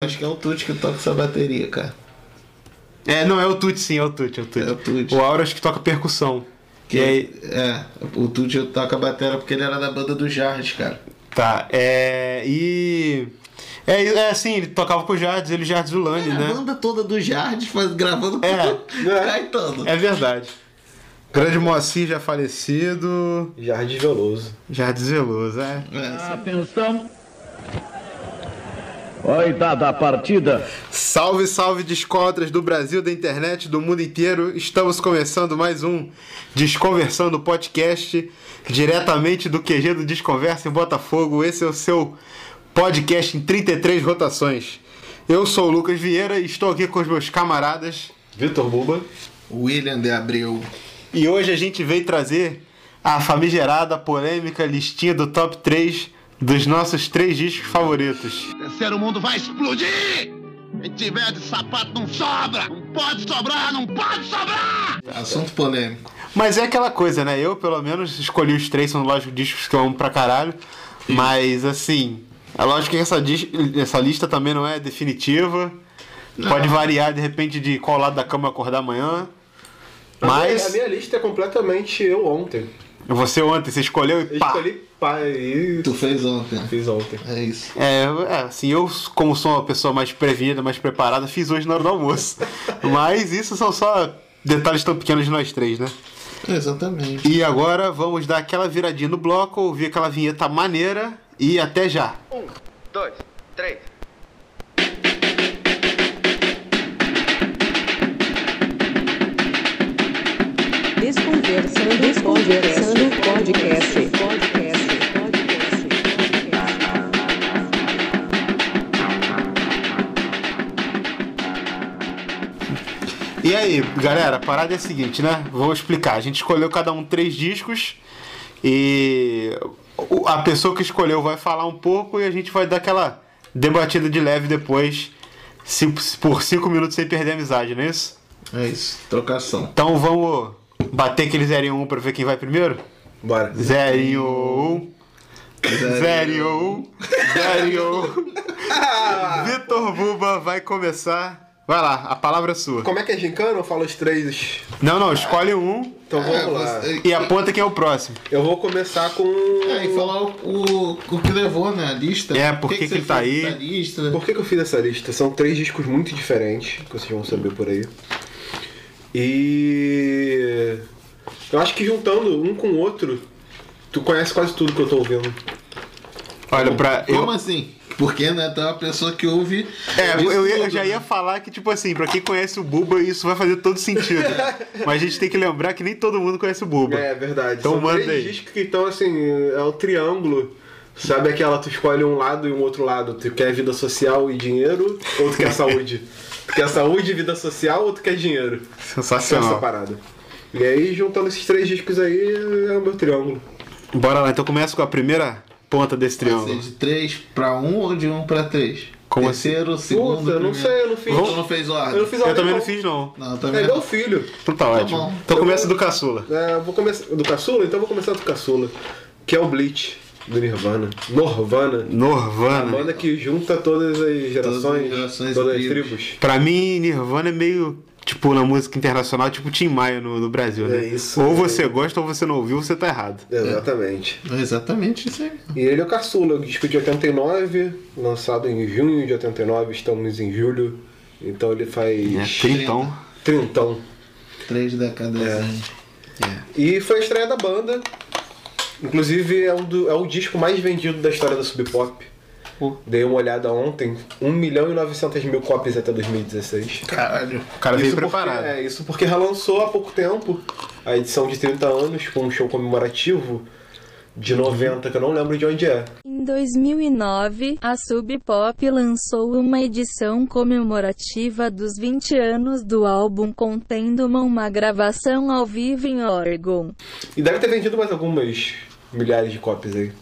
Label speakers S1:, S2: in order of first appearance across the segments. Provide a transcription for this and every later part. S1: Acho que é o Tuti que toca essa bateria, cara.
S2: É, não, é o Tuti sim, é o Tuti, é o Tuti.
S1: É o Tuti.
S2: O Aura acho que toca percussão.
S1: Que
S2: E aí,
S1: é, o Tuti toca a bateria porque ele era da banda do Jardes, cara.
S2: tá, é... E... É, é assim, ele tocava com o Jardes, ele e o Jardes Ulani,
S1: É, A
S2: né?
S1: banda toda do Jardes faz, gravando
S2: É.
S1: com o Caetano.
S2: É verdade. Grande Moacir já falecido,
S3: Jardim Veloso.
S2: Jardes Veloso, é.
S1: É,
S4: Atenção. Oi, dada a partida.
S2: Salve, salve, discotras do Brasil, da internet, do mundo inteiro. Estamos começando mais um Desconversando Podcast, diretamente do QG do Desconversa em Botafogo. Esse é o seu podcast em 33 rotações. Eu sou o Lucas Vieira e estou aqui com os meus camaradas.
S3: Vitor Buba.
S1: William de Abreu.
S2: E hoje a gente veio trazer a famigerada, polêmica listinha do top 3 dos nossos três discos favoritos.
S5: terceiro mundo vai explodir! Quem tiver de sapato não sobra! Não pode sobrar, não pode sobrar!
S1: Assunto polêmico.
S2: Mas é aquela coisa, né? Eu, pelo menos, escolhi os três, são lógico discos que eu amo pra caralho. Mas, assim, é lógico que essa, dis- essa lista também não é definitiva. Pode variar, de repente, de qual lado da cama eu acordar amanhã.
S3: A
S2: Mas,
S3: minha lista é completamente eu ontem.
S2: você ontem, você escolheu e
S3: Eu
S2: pá.
S3: escolhi pai e
S1: Tu fez ontem.
S3: fiz ontem.
S1: É isso.
S2: É, é, assim, eu, como sou uma pessoa mais prevenida, mais preparada, fiz hoje na hora do almoço. mas isso são só detalhes tão pequenos de nós três, né?
S1: Exatamente.
S2: E agora vamos dar aquela viradinha no bloco, ouvir aquela vinheta maneira e até já.
S6: dois, três.
S7: Desconversando, desconversando, podcast, podcast, podcast.
S2: E aí, galera, a parada é a seguinte, né? Vou explicar. A gente escolheu cada um três discos e o- a pessoa que escolheu vai falar um pouco e a gente vai dar aquela debatida de leve depois, se- por cinco minutos sem perder a amizade, não é isso?
S1: É isso. Trocação.
S2: Então vamos bater aquele 0 em 1 um pra ver quem vai primeiro? um.
S3: Bora.
S2: 0 em 1. 0 em 1. 0 em 1. Vitor Buba vai começar. Vai lá, a palavra é sua.
S3: Como é que é gincana? Eu falo os três.
S2: Não, não, escolhe um
S3: Então vamos lá.
S1: É, você-
S2: E aponta quem é o próximo.
S3: Eu vou começar com...
S1: É, e falar o, o, o que levou na lista.
S2: É, por
S1: O
S2: que que
S1: você
S2: ele tá
S1: fez
S2: aí?
S1: nessa Lista.
S3: Por que, que eu fiz essa lista? São três discos muito diferentes, que vocês vão saber por aí. E... Eu acho que juntando um com o outro, tu conhece quase tudo que eu tô ouvindo.
S2: Olha, pra.
S1: Como
S2: Eu,
S1: assim? Porque, né, tu é uma pessoa que ouve.
S2: é,
S1: disso
S2: eu, ia- eu
S1: tudo,
S2: já
S1: né?
S2: ia falar que, tipo assim, pra quem conhece o Buba, isso vai fazer todo sentido. Mas a gente tem que lembrar que nem todo mundo conhece o Buba.
S3: É, verdade.
S2: Então
S3: São
S2: manda
S3: três
S2: aí.
S3: discos que estão assim, é o triângulo. Sabe aquela, tu escolhe um lado e um outro lado. Tu quer vida social e dinheiro, ou tu quer saúde? Tu quer saúde, vida social, ou tu quer dinheiro? Essa é
S2: Sensacional.
S3: parada. E aí, juntando esses três discos aí, é o meu triângulo.
S2: Bora lá, então começa com a primeira ponta desse
S1: Vai ser
S2: triângulo.
S1: de 3 pra 1 ou de 1 pra 3?
S2: Como assim?
S1: Terceiro, segundo,
S3: Puta, eu não
S1: primeiro.
S3: sei, eu não fiz.
S1: Então não fez ordem?
S3: Eu não fiz
S2: Eu também não
S3: não.
S2: fiz, não.
S1: Não, eu
S3: É
S1: também
S3: igual
S1: não.
S3: filho.
S2: Então tá ótimo.
S1: bom.
S2: Então começa do caçula.
S3: É, eu vou começar do caçula, então eu vou começar do caçula. Que é o Bleach, do Nirvana. Norvana. A
S2: Norvana.
S3: banda que junta todas as
S1: Todas
S3: gerações, todas
S1: as
S3: as,
S1: gerações e tribos.
S3: tribos.
S2: Pra mim, Nirvana é meio. Tipo, na música internacional, tipo Tim Maia no, no Brasil, né?
S3: É isso,
S2: ou
S3: é.
S2: você gosta ou você não ouviu, você tá errado.
S3: Exatamente.
S1: É Exatamente isso aí.
S3: E ele é o caçula, o disco de 89, lançado em junho de 89, estamos em julho. Então ele
S2: É,
S3: faz
S2: trintão.
S3: trintão.
S1: Três décadas.
S3: É.
S1: antes.
S3: E foi a estreia da banda. Inclusive é, um do- é o disco mais vendido da história da Sub Pop. Dei uma olhada ontem, 1 milhão e 900 mil cópias até 2016.
S1: Caralho.
S2: O cara veio
S3: Isso porque-
S2: preparado.
S3: é, isso porque relançou há pouco tempo a edição de 30 anos com um show comemorativo de 90, que eu não lembro de onde é.
S8: Em 2009, a Sub Pop lançou uma edição comemorativa dos 20 anos do álbum contendo uma, uma gravação ao vivo em Oregon.
S3: E deve ter vendido mais algumas milhares de cópias aí.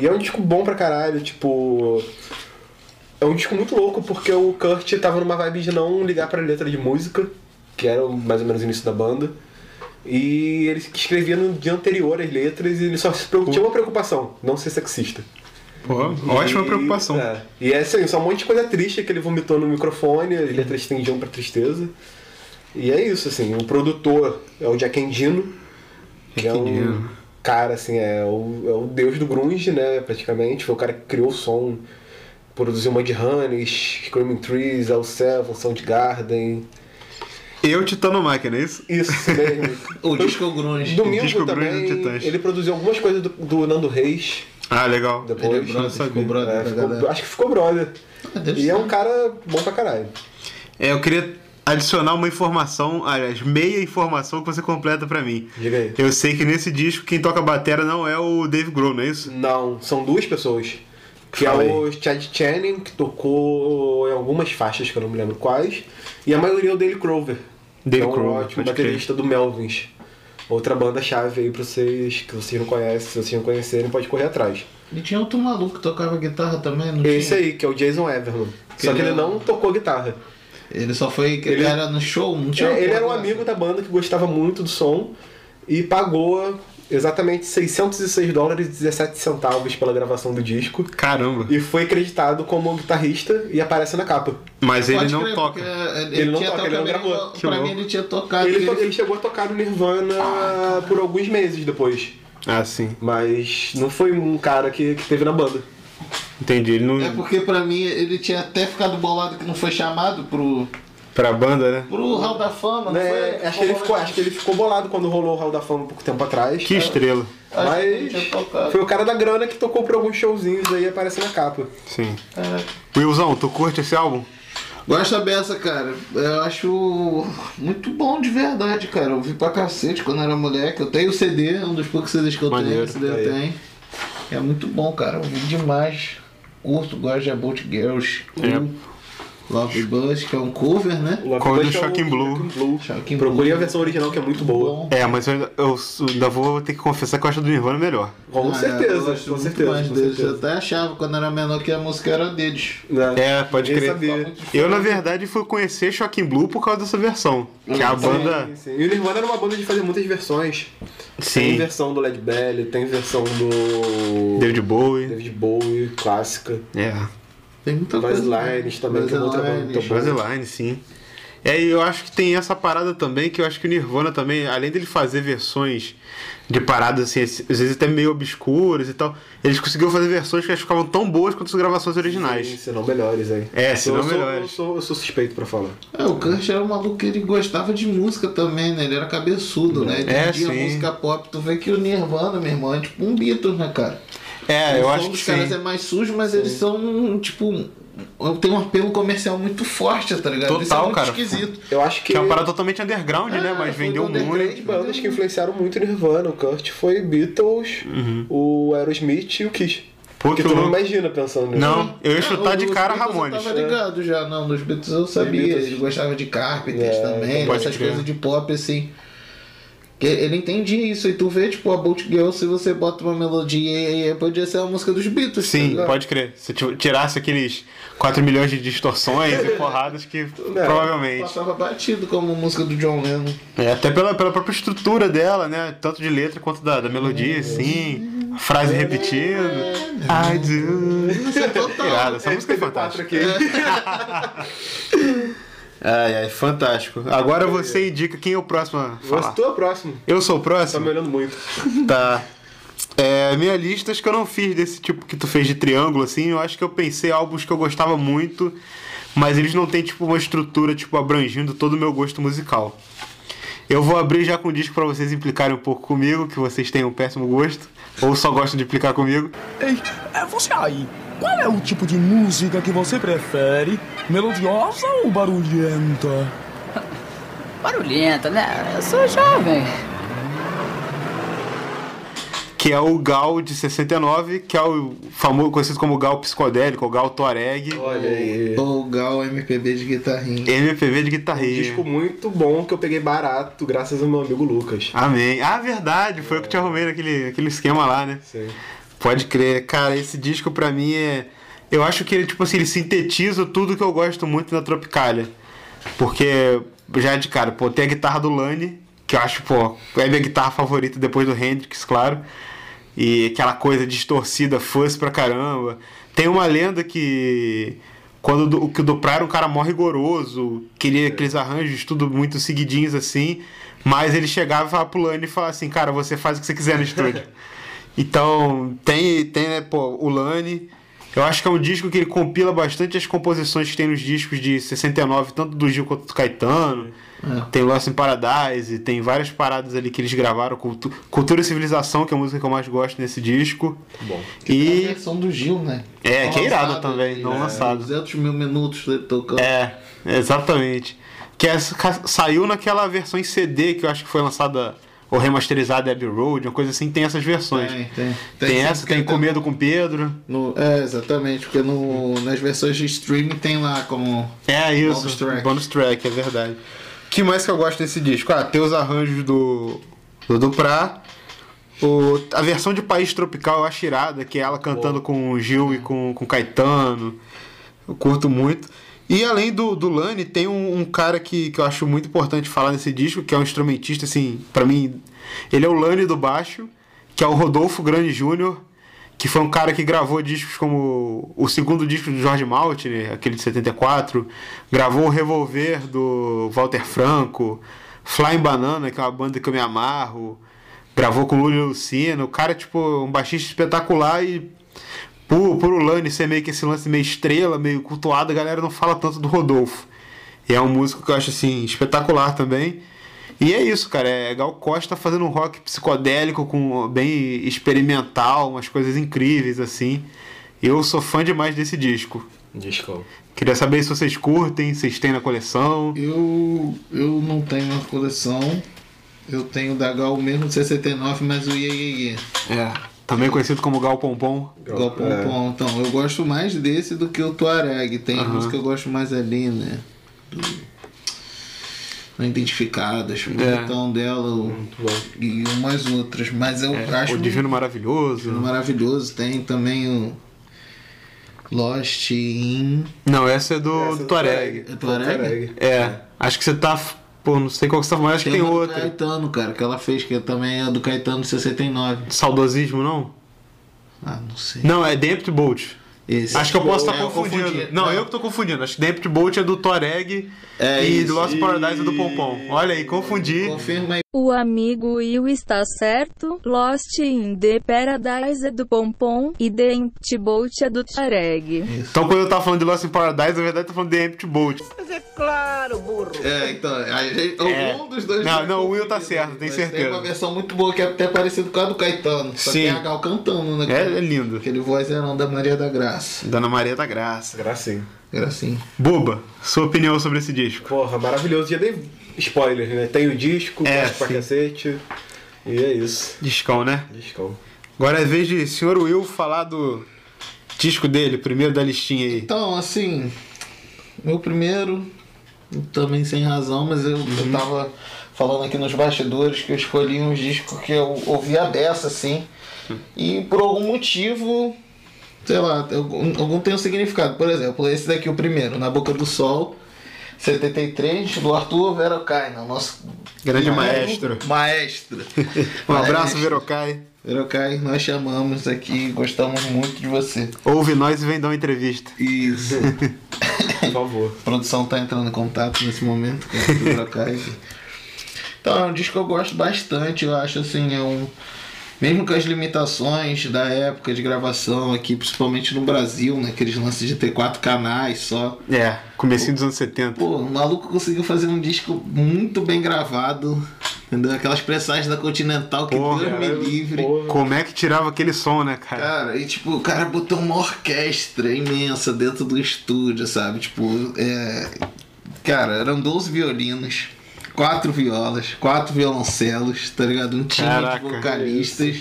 S3: E é um disco bom pra caralho, tipo. É um disco muito louco porque o Kurt tava numa vibe de não ligar pra letra de música, que era mais ou menos o início da banda. E ele escrevia no dia anterior as letras e ele só se preocup- tinha uma preocupação, não ser sexista.
S2: Pô, ótima
S3: E-
S2: preocupação.
S3: É. E é assim, só um monte de coisa triste que ele vomitou no microfone, letras tendiam pra tristeza. E é isso, assim, o produtor é o Jack Endino, que é um
S2: Endino.
S3: cara, assim, é o, é o deus do grunge, né, praticamente. Foi o cara que criou o som, produziu Mud Honey, Screaming Trees, El Seven, Soundgarden.
S2: Eu, Titano Máquina, é isso?
S3: Isso mesmo.
S1: O disco grunge.
S3: Domingo
S2: Disco Bruno
S3: também,
S2: Titãs.
S3: ele produziu algumas coisas do, do Nando Reis.
S2: Ah, legal.
S3: Depois.
S1: Ele é
S3: Poxa,
S1: brother, ficou brother
S3: É,
S1: da
S3: ficou-
S1: galera.
S3: acho que ficou brother.
S1: Ah, deve
S3: e é
S1: ser.
S3: um cara bom pra caralho.
S2: É, eu queria adicionar uma informação, aliás, meia informação que você completa pra mim.
S3: Diga aí.
S2: Eu sei que nesse disco quem toca batera não é o Dave Grohl, não é isso?
S3: Não, são duas pessoas. Que
S2: Fala aí.
S3: é o Chad Channing, que tocou em algumas faixas, que eu não me lembro quais. E a maioria é o Dale Crover. que
S2: Dale
S3: é um
S2: Crover,
S3: ótimo
S2: pode crer.
S3: baterista do Melvins. Outra banda-chave aí pra vocês, que vocês não conhecem, se vocês não conhecerem, pode correr atrás.
S1: E tinha outro maluco que tocava guitarra também, não
S3: Esse
S1: tinha?
S3: aí, que é o Jason Everman.
S1: Que
S3: Só que ele
S1: ele é um-
S3: não tocou guitarra.
S1: Ele só foi. Ele,
S3: Ele-
S1: era no show, não tinha. né?
S3: É, ele
S1: uma
S3: era um
S1: porra
S3: amigo da banda que gostava muito do som e pagou exatamente 606 dólares e 17 centavos pela gravação do disco.
S2: Caramba.
S3: E foi acreditado como guitarrista e aparece na capa.
S2: Mas ele
S1: Pode
S2: não
S1: crer,
S2: toca.
S1: porque Ele,
S3: Ele não
S1: tinha
S3: toca,
S1: até o
S3: ele
S1: cabelo
S3: não gravou.
S1: igual-
S2: Que
S1: Pra
S2: louco.
S1: mim ele tinha tocado.
S3: Ele,
S1: Ah, que
S3: to-
S1: ele-
S3: ele chegou a tocar no Nirvana por alguns meses depois.
S2: Ah, sim.
S3: Mas não foi um cara que, que teve na banda.
S2: Entendi. Ele não.
S1: É porque pra mim ele tinha até ficado bolado que não foi chamado pro,
S2: Pra banda, né?
S1: pro Hall da Fama, não
S3: Né?
S1: foi?
S3: acho, que ele ficou, acho que ele ficou bolado quando rolou o Hall da Fama um pouco tempo atrás.
S1: É.
S2: Que estrela.
S1: Acho que ele
S3: Mas
S1: tinha tocado.
S3: foi o cara da grana que tocou pra alguns showzinhos aí e aparece na capa.
S2: Sim.
S1: É.
S2: Willzão, tu curte esse álbum?
S1: Gosta dessa, cara. Eu acho muito bom de verdade, cara. Eu vi pra cacete quando era moleque. Eu tenho o CD, um dos poucos CDs que eu
S2: Maneiro,
S1: tenho, que o CD
S3: tá aí.
S1: tem. É muito bom, cara. Eu vi demais. Curto, gosto de About Girls.
S2: É.
S1: Blue, Love Buzz, que é um cover, né?
S3: O Love
S2: Cover
S3: Bus
S2: do
S3: é o
S2: Shocking Blue.
S1: Shocking
S3: Procurei
S1: Blue.
S3: a versão original que é muito boa.
S1: Bom.
S2: É, mas eu ainda, eu ainda vou ter que confessar que eu acho do Nirvana melhor.
S3: Com
S1: Ah, eu
S3: certeza,
S1: gosto
S3: com
S1: muito
S3: certeza.
S1: mais
S3: Com
S1: deles. Eu
S3: certeza. Né?
S1: até achava quando era menor que a música era deles.
S2: É, pode
S3: Ninguém
S2: crer.
S3: sabia.
S2: Eu, na verdade, fui conhecer Shocking Blue por causa dessa versão. Que é a banda.
S3: Sim, sim. E o Nirvana era uma banda de fazer muitas versões. Tem
S2: Sim.
S3: versão do Led Belly, tem versão do
S2: David Bowie.
S3: David Bowie, clássica.
S2: É.
S1: Tem muita
S3: Faz
S1: coisa.
S3: lines também, que é outra banda muito
S1: Lines.
S3: boa.
S2: Baseline, sim. É, e eu acho que tem essa parada também, que eu acho que o Nirvana também, além dele fazer versões de paradas assim, às vezes até meio obscuras e tal, eles conseguiram fazer versões que elas ficavam tão boas quanto as gravações originais.
S3: Sim, Se não melhores aí.
S2: É, se
S3: Eu
S2: não
S3: sou-
S2: melhores.
S3: Eu sou, eu sou suspeito pra falar.
S1: É, o Kurt era um maluco que ele gostava de música também, né? Ele era cabeçudo, né? Ele
S2: É,
S1: entendia
S2: sim.
S1: música pop. Tu vê que o Nirvana, meu irmão, é tipo um Beatles, né, cara?
S2: É, eu
S1: o
S2: acho
S1: som
S2: que
S1: dos caras é
S2: sim.
S1: mais sujo, mas eles são, tipo... Tem um apelo comercial muito forte, tá ligado? Isso é
S2: Total,
S1: muito
S2: cara.
S1: esquisito.
S3: Eu acho que.
S2: Que é uma parada totalmente underground, né?
S1: É,
S2: Mas
S1: foi
S2: vendeu
S1: do underground,
S2: muito.
S3: As bandas que influenciaram muito o Nirvana, o Kurt foi Beatles, o Aerosmith e o Kiss.
S2: Uhum. Pô,
S3: que
S2: que
S3: tu não
S2: louco.
S3: imagina pensando nisso.
S2: Não, eu ia chutar
S1: É,
S2: de
S1: os
S2: cara
S1: Beatles
S2: Ramones.
S1: Eu tava ligado já, não. Dos Beatles eu sabia.
S3: Beatles.
S1: Ele gostava de Carpenters
S3: É,
S1: também,
S2: pode
S1: essas
S2: crer.
S1: coisas de pop, assim. Que Ele entendia isso. E tu vê, tipo, a Bolt Girl, se você bota uma melodia, podia ser a música dos Beatles. tá
S2: Sim,
S1: ligado?
S2: pode crer. Se ti- tirasse aqueles 4 milhões de distorções e porradas que provavelmente.
S1: Passava batido como música do John Lennon.
S2: É, até pela, pela própria estrutura dela, né? Tanto de letra quanto da, da melodia, assim. Frase repetida. I do.
S1: Isso é total.
S2: Irado, essa música é fantástica.
S3: Aqui.
S2: Ai, ai, fantástico. Agora você indica quem é o próximo a falar.
S3: Mas tu é o próximo.
S2: Eu sou o
S3: Tá me
S2: próximo?
S3: olhando muito.
S2: Tá. É, minha lista acho que eu não fiz desse tipo que tu fez de triângulo, assim. Eu acho que eu pensei em álbuns que eu gostava muito, mas eles não têm, tipo, uma estrutura, tipo, abrangindo todo o meu gosto musical. Eu vou abrir já com um disco pra vocês implicarem um pouco comigo, que vocês têm um péssimo gosto, ou só gostam de implicar comigo.
S9: Ei, é você aí. Qual é o tipo de música que você prefere? Melodiosa ou barulhenta?
S10: Barulhenta, né? Eu sou jovem.
S2: que é o Gal de 69, que é o famoso conhecido como Gal psicodélico, ou Gal Tuareg,
S3: Olha aí.
S1: É. Ou Gal MPB de guitarrinha.
S2: MPB de
S3: Um
S2: guitarrinha.
S3: disco muito bom que eu peguei barato, graças ao meu amigo Lucas.
S2: Amém. Ah, verdade, foi eu que te arrumei naquele aquele esquema lá, né?
S3: Sim.
S2: Pode crer. Cara, esse disco pra mim é. Eu acho que ele, tipo assim, ele sintetiza tudo que eu gosto muito na Tropicália. Porque, já de cara, pô, tem a guitarra do Lane, que eu acho, pô, é minha guitarra favorita depois do Hendrix, claro. e aquela coisa distorcida, fuzz pra caramba. Tem uma lenda que quando do, que o Duprar era um cara mó rigoroso, queria aqueles arranjos tudo muito seguidinhos assim, mas ele chegava e falava pro Lani e falava assim, cara, você faz o que você quiser no estúdio. então, tem, tem né, pô, o Lani... Eu acho que é um disco que ele compila bastante as composições que tem nos discos de 69, tanto do Gil quanto do Caetano. Tem Lost in Paradise, tem várias paradas ali que eles gravaram. Cultu- Cultura e Civilização, que é a música que eu mais gosto nesse disco.
S3: Bom.
S1: E...
S2: E.
S1: versão do Gil, né?
S2: É,
S1: Não
S2: que é irado
S1: lançada,
S2: também, não
S1: né?
S2: lançado.
S1: 200 mil minutos dele tocando.
S2: É, exatamente. Que essa ca- saiu naquela versão em CD que eu acho que foi lançada ou remasterizada Abbey Road, uma coisa assim, tem essas versões.
S1: Tem, tem.
S2: Tem, essa, tem Com Medo com Pedro.
S1: No- é, exatamente, porque no, nas versões de streaming tem lá como.
S2: É isso,
S1: Bonus track.
S2: bonus track, é verdade. que mais que eu gosto desse disco? Ah, tem os arranjos do do Duprá. O, a versão de País Tropical eu acho irada, que é ela cantando com o Gil e com, com o Caetano. Eu curto muito. E além do, do Lani, tem um, um cara que, que eu acho muito importante falar nesse disco, que é um instrumentista, assim, pra mim. Ele é o Lani do baixo, que é o Rodolfo Grande Júnior, que foi um cara que gravou discos como o segundo disco do Jorge Maltner, aquele de 74, gravou o Revolver do Walter Franco, Flying Banana, que é uma banda que eu me amarro, gravou com o Lúlio Lucino, o cara, tipo, um baixista espetacular e por, por o Lani ser meio que esse lance meio estrela, meio cultuado, a galera não fala tanto do Rodolfo. E é um músico que eu acho, assim, espetacular também. E é isso, cara. É Gal Costa fazendo um rock psicodélico, com bem experimental, umas coisas incríveis, assim. Eu sou fã demais desse Um disco.
S3: Disco.
S2: Queria saber se vocês curtem, se vocês têm na coleção.
S1: Eu, eu não tenho a coleção. Eu tenho da Gal mesmo 69, mas o Iê Iê Iê.
S2: É. Também conhecido como Gal Pompom.
S1: Gal Pom
S3: É.
S1: Pom. Então, eu gosto mais desse do que o Tuareg. Tem músicas que eu gosto mais ali, né? Do- Não identificadas, o
S2: É.
S1: Betão dela o-
S3: bom.
S1: e umas outras. Mas eu acho
S2: É, o Divino Maravilhoso.
S1: maravilhoso. Tem também o Lost in.
S2: Não, essa é do,
S3: Essa
S2: do
S3: do
S2: Tuareg.
S1: É Tuareg?
S3: Tareg.
S2: É. Acho que você tá. Pô, não sei qual que você tá falando, acho que tem
S1: uma do
S2: outra.
S1: Caetano, cara, que ela fez, que é também é do Caetano de 69.
S2: Saudosismo, não?
S1: Ah, não sei.
S2: Não, é The Empty Bolt.
S1: Esse.
S2: Acho que eu posso estar
S1: É, eu
S2: confundindo.
S1: confundi.
S2: Não, eu que tô confundindo. Acho que The Empty Bolt é do Toreg
S1: É
S2: e
S1: isso.
S2: Lost Paradise é do Pompom. Olha aí, confundi.
S1: Confirma aí.
S8: O amigo Will está certo, Lost in the Paradise é do Pompom e The Empty Boat é do Tareg.
S2: Então quando eu tava falando de Lost in Paradise, na verdade eu tô falando de The Empty Bolt.
S1: É, então, a gente, algum dos dois.
S2: É. Não,
S1: vai
S2: não, o Will tá
S1: confundindo,
S2: certo, tem
S1: mas
S2: certeza.
S1: Tem uma versão muito boa que é até parecida com a do Caetano. Só
S2: Sim.
S1: tem a Gal cantando, né?
S2: É,
S1: cara?
S2: é lindo.
S1: Aquele vozeirão da Maria da Graça.
S2: Dona Maria da Graça.
S3: Gracinha.
S1: Gracinha.
S2: Buba, sua opinião sobre esse disco?
S3: Porra, maravilhoso. Já dei spoilers, né? Tem o disco,
S2: É,
S3: gosto pra
S2: sim.
S3: cacete. E é isso.
S2: Discão, né?
S3: Disco.
S2: Agora é vez de senhor Will falar do disco dele, primeiro da listinha aí.
S1: Então, assim, meu primeiro, também sem razão, mas eu,
S2: Uhum.
S1: eu tava falando aqui nos bastidores que eu escolhi uns discos que eu ouvia dessa, assim, e por algum motivo, sei lá, algum, algum tem um significado. Por exemplo, esse daqui, o primeiro, Na Boca do Sol, 73, do Arthur Verocaina, nosso
S2: Grande
S1: maestro.
S2: maestro.
S1: Maestro.
S2: Um abraço,
S1: Maestro.
S2: Verocai.
S1: Verocai, nós chamamos aqui, gostamos muito de você.
S2: Ouve nós e vem dar uma entrevista.
S1: Isso.
S3: Por favor.
S1: A produção tá entrando em contato nesse momento com o Kurokai. Então, é um disco que eu gosto bastante, eu acho assim, é um. Mesmo com as limitações da época de gravação aqui, principalmente no Brasil, né? Aqueles lances de ter quatro canais só.
S2: É, comecinho dos anos 70.
S1: Pô, o maluco conseguiu fazer um disco muito bem gravado. Entendeu? Aquelas presságios da Continental que
S2: Porra,
S1: Deus me
S3: Caralho,
S1: livre.
S3: porra.
S2: Como é que tirava aquele som, né, cara?
S1: Cara, e tipo, o cara botou uma orquestra imensa dentro do estúdio, sabe? Tipo, é. Cara, eram 12 violinos, quatro violas, quatro violoncelos, tá ligado? Um time
S2: Caraca.
S1: de vocalistas,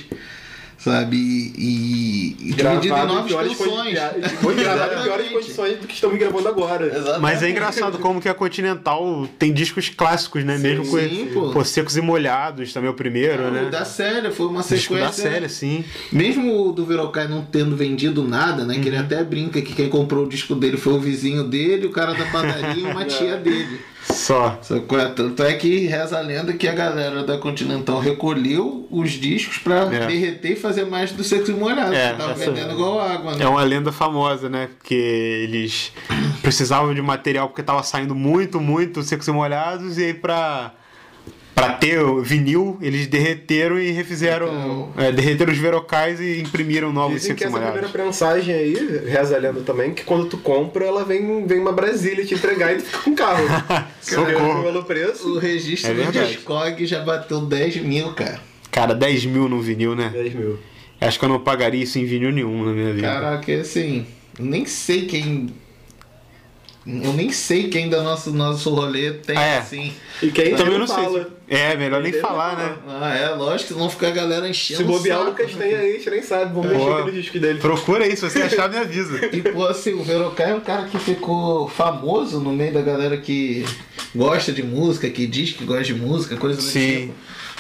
S1: sabe? E. e dividido em
S3: Gravado
S1: nove
S3: em piores
S1: canções.
S3: condições. Foi gravado em piores condições do que estamos gravando agora.
S1: Exatamente.
S2: Mas é engraçado como que a Continental tem discos clássicos, né? Mesmo com
S1: sim, pô.
S2: pô, Secos e Molhados, também é o primeiro, né?
S1: um Da série, foi uma
S2: Disco
S1: sequência. né?
S2: da série, assim. sim.
S1: Mesmo o do Verocai não tendo vendido nada, né?
S2: Uhum.
S1: Que ele até brinca que quem comprou o disco dele foi o vizinho dele, o cara da padaria e uma tia
S3: É.
S1: dele.
S2: Só.
S1: Sabe qual é? Tanto é que reza a lenda que a galera da Continental recolheu os discos pra
S2: É.
S1: derreter e fazer mais do sexo molhado.
S2: É,
S1: tava
S2: essa-
S1: tá vendendo igual água. né?
S2: É uma lenda famosa, né? Porque eles precisavam de material porque tava saindo muito, muito secos e molhados, e aí pra, pra ter o vinil, eles derreteram e refizeram. é, derreteram os verocais e imprimiram novos
S3: Dizem que
S2: secos e
S3: essa é primeira
S2: molhados.
S3: prensagem aí, reza a lenda também, que quando tu compra, ela vem, vem uma Brasília te entregar e tu fica com o carro. é
S2: Socorro.
S3: Pelo preço.
S1: O registro
S2: É
S1: do
S2: verdade.
S1: Discog já bateu 10 mil, cara.
S2: Cara, 10 mil num vinil, né?
S3: 10 mil.
S2: Acho que eu não pagaria isso em vinil nenhum na minha vida.
S1: Caraca, assim, nem sei quem. Eu nem sei quem da nosso, nosso rolê tem
S2: Ah, é?
S1: assim.
S3: E quem
S2: Eu também
S3: também
S2: não sei.
S3: fala.
S2: se- É, melhor nem
S3: Entendeu?
S2: falar, né?
S1: Ah, é, lógico, senão fica a galera enchendo.
S3: Se bobear,
S1: o
S3: o
S1: saco. né?
S3: Lucas tem aí, a gente nem sabe. Vamos mexer
S2: Boa.
S3: aqui no disco dele.
S2: Procura aí, se você achar, me avisa.
S1: E pô, assim, o Verocai é um cara que ficou famoso no meio da galera que gosta de música, que diz que gosta de música, coisa do
S2: Sim.
S1: tipo.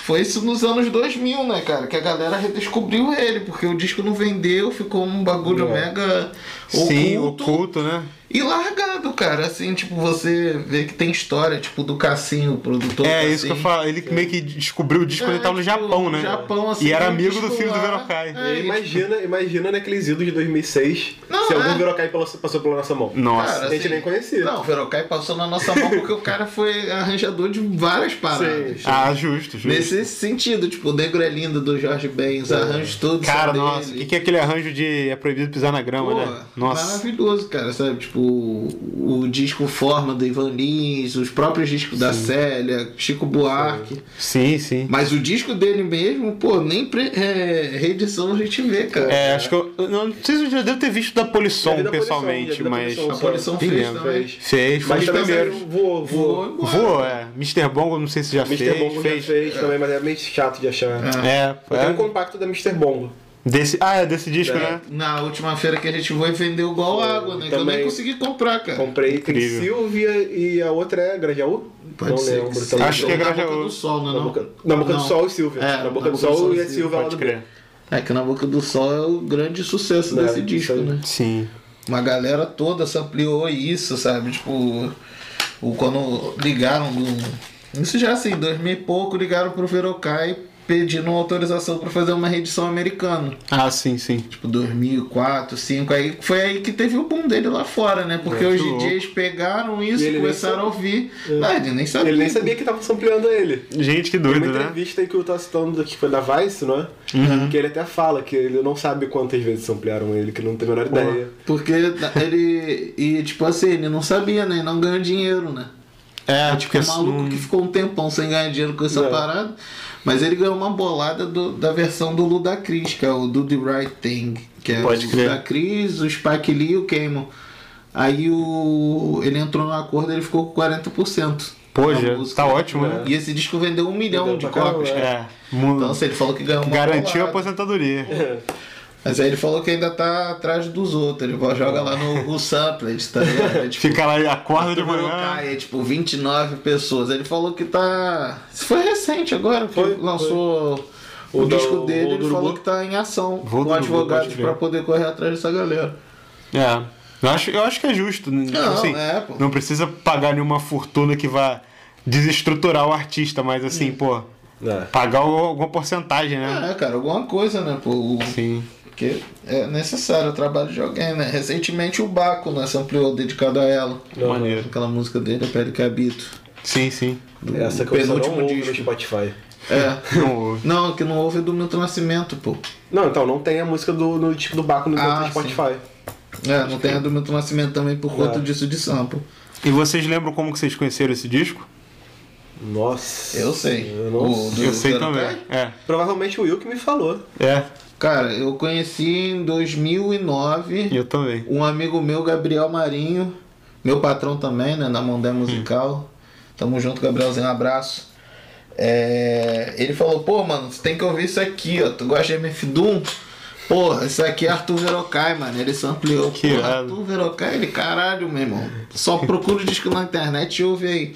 S1: Foi isso nos anos 2000, né, cara? Que a galera redescobriu ele, porque o disco não vendeu, ficou um bagulho mega oculto,
S2: É. Sim, oculto, né?
S1: e largado, cara. Assim, tipo, você vê que tem história, tipo, do assim. Cassinho, o produtor.
S2: É,
S1: Cassinho.
S2: isso que eu falo. Ele meio que descobriu o disco quando
S1: É,
S2: ele tava no
S1: tipo,
S2: Japão, né?
S1: Japão, assim,
S2: e era
S1: um
S2: amigo
S1: disco
S2: do filho do
S1: lá.
S2: Verocai.
S1: É.
S3: E imagina, imagina naqueles idos de 2006,
S1: Não,
S3: se algum
S1: é.
S3: Virocai passou passou pela nossa mão.
S2: Nossa.
S1: Cara, assim,
S3: A gente nem conhecia.
S1: Não, o Verocai passou na nossa mão porque o cara foi arranjador de várias paradas.
S3: Sim.
S2: ah, justo, justo.
S1: Nesse sentido, tipo, o Negro é Lindo do Jorge Ben, os arranjos todos
S2: Cara,
S1: são
S2: nossa, o
S1: dele.
S2: que, que é aquele arranjo de é proibido pisar na grama,
S1: Pô,
S2: né? Nossa.
S1: Maravilhoso, cara, sabe? Tipo, o o disco Forma do Ivan Lins, os próprios discos da Célia, Chico Buarque.
S2: Sim, sim.
S1: Mas o disco dele mesmo, pô, nem pre- é, reedição a gente vê, cara.
S2: É, acho que eu. eu Não, não sei se eu já devo ter visto da Polisson
S3: Deve da Polisson,
S2: um pessoalmente,
S3: deve da
S2: mas.
S1: a
S3: Polisson.
S1: Polição
S2: Sim,
S1: fez
S2: lembro.
S1: também.
S3: Fez.
S2: Fez, foi um
S3: um. Mas
S2: dos
S3: também
S2: primeiros.
S3: saiu- voou, voou.
S1: Voou embora.
S2: Voou, é. Mr. Bongo, não sei se já
S3: Mr.
S2: fez.
S3: Bongo
S2: fez.
S3: já fez também, mas é meio chato de achar.
S2: É,
S3: Eu tenho
S2: é.
S3: um compacto da Mr. Bongo.
S2: Desse, ah, é desse disco, né?
S1: Na última feira que a gente foi, vendeu igual
S2: É,
S1: água, né? Que eu nem
S3: Também.
S1: consegui comprar, cara.
S3: Comprei tem
S2: Incrível.
S3: Silvia e a outra é Grajaú?
S1: Pode
S3: não
S1: ser
S3: lembro.
S1: que
S3: também.
S2: Acho que é
S1: Ou na
S2: Grajaú.
S1: boca do sol, né?
S3: Na
S1: não?
S3: boca, na boca do
S1: Não.
S3: Sol e Silvia.
S1: É,
S3: na boca do Sol e a Silvia lá
S2: Pode
S3: do
S2: crer.
S1: É que na boca do sol é o grande sucesso
S3: Né,
S1: desse
S3: isso
S1: disco,
S3: aí.
S1: né?
S2: Sim.
S1: Uma galera toda se ampliou isso, sabe? Tipo, o, quando ligaram do. Isso já assim, 2000 e pouco, ligaram pro Verocai pedindo autorização pra fazer uma reedição americana.
S2: Ah, sim, sim.
S1: Tipo, 2004, 2005, aí foi aí que teve o boom dele lá fora, né? Porque
S2: É,
S1: os
S2: que
S1: DJs pegaram isso,
S3: E ele nem É.
S1: começaram a ouvir. Ah, ele nem sabia.
S3: Ele nem sabia que tava sampleando ele.
S2: Gente, que
S3: Tem
S2: doido,
S3: uma
S2: né?
S3: entrevista aí que eu tava citando que foi da Vice, não é?
S2: Uhum.
S3: Que ele até fala que ele não sabe quantas vezes samplearam ele, que não tem a menor ideia.
S1: Porque ele. E tipo assim, ele não sabia, né? Não ganhou dinheiro, né?
S2: É,
S1: tipo, um maluco que ficou um tempão sem ganhar dinheiro com essa
S3: É.
S1: parada. Mas ele ganhou uma bolada do- da versão do Ludacris, que é o Do The Right Thing. Que é
S2: Pode
S1: o
S2: crer.
S1: Ludacris, o Spike Lee e o Camel. Aí o, ele entrou no acordo ele ficou com 40%.
S2: Pô,
S1: da
S2: já
S1: música.
S2: tá ótimo, né?
S1: E esse disco vendeu um milhão
S3: Vendeu
S1: de
S3: pra caramba,
S1: cópias.
S3: é.
S1: cara.
S2: É. mu-
S1: Então, assim, ele falou que ganhou uma
S2: Garantiu a
S1: bolada.
S2: aposentadoria.
S1: Mas aí ele falou que ainda tá atrás dos outros. Ele joga lá no, no Sampled, tá ligado? É, tipo,
S2: Fica lá, acorda de
S1: Arthur
S2: manhã.
S1: Murucai, é tipo 29 pessoas. Ele falou que tá. Isso foi recente agora, que
S3: Foi,
S1: lançou o,
S3: O da-
S1: disco dele.
S3: o
S1: Ele
S3: do
S1: falou
S3: Urubu.
S1: que tá em ação
S2: Vou do
S1: com
S2: Urubu,
S1: advogados
S2: pode crer.
S1: pra poder correr atrás dessa galera.
S2: É. Eu acho, eu acho que é justo. né?
S1: Não,
S2: assim,
S1: é, pô.
S2: não precisa pagar nenhuma fortuna que vá desestruturar o artista, mas assim, pô,
S3: É.
S2: pagar o- alguma porcentagem, né?
S1: É, cara, alguma coisa, né? Pô, o-
S2: Sim.
S1: Porque é necessário o trabalho de alguém, né? Recentemente o Baco, né? Se ampliou dedicado a ela.
S2: Maneiro.
S1: Aquela música dele, A Pele que Habito.
S2: Sim, sim.
S3: É, Essa que eu só não
S1: penúltimo
S3: ouvo no
S1: disco.
S3: Spotify.
S1: É.
S2: Não houve.
S1: Não, que não houve é do Milton Nascimento, pô.
S3: Não, então não tem a música do no disco do Baco no
S1: Ah,
S3: ah, Spotify.
S1: É, não tem a do Milton Nascimento também por conta
S3: É.
S1: disso de sample.
S2: E vocês lembram como que vocês conheceram esse disco?
S3: Nossa.
S1: Eu sei.
S3: Eu não
S1: O do
S2: eu sei
S1: Zero
S2: também.
S1: Pé?
S2: É.
S3: Provavelmente o Will que me falou.
S2: É,
S1: Cara, eu conheci em 2009
S2: eu também.
S1: um amigo meu, Gabriel Marinho, meu patrão também, né, na Mondé Musical. Tamo junto, Gabrielzinho, um abraço. É, ele falou, pô, mano, você tem que ouvir isso aqui, ó. Tu gosta de MF Doom? Porra, isso aqui é Arthur Verocai, mano. Ele se ampliou.
S2: Que
S1: Porra,
S2: irado.
S1: Arthur Verocai, ele, caralho, meu irmão. Só procura o disco na internet e ouve aí.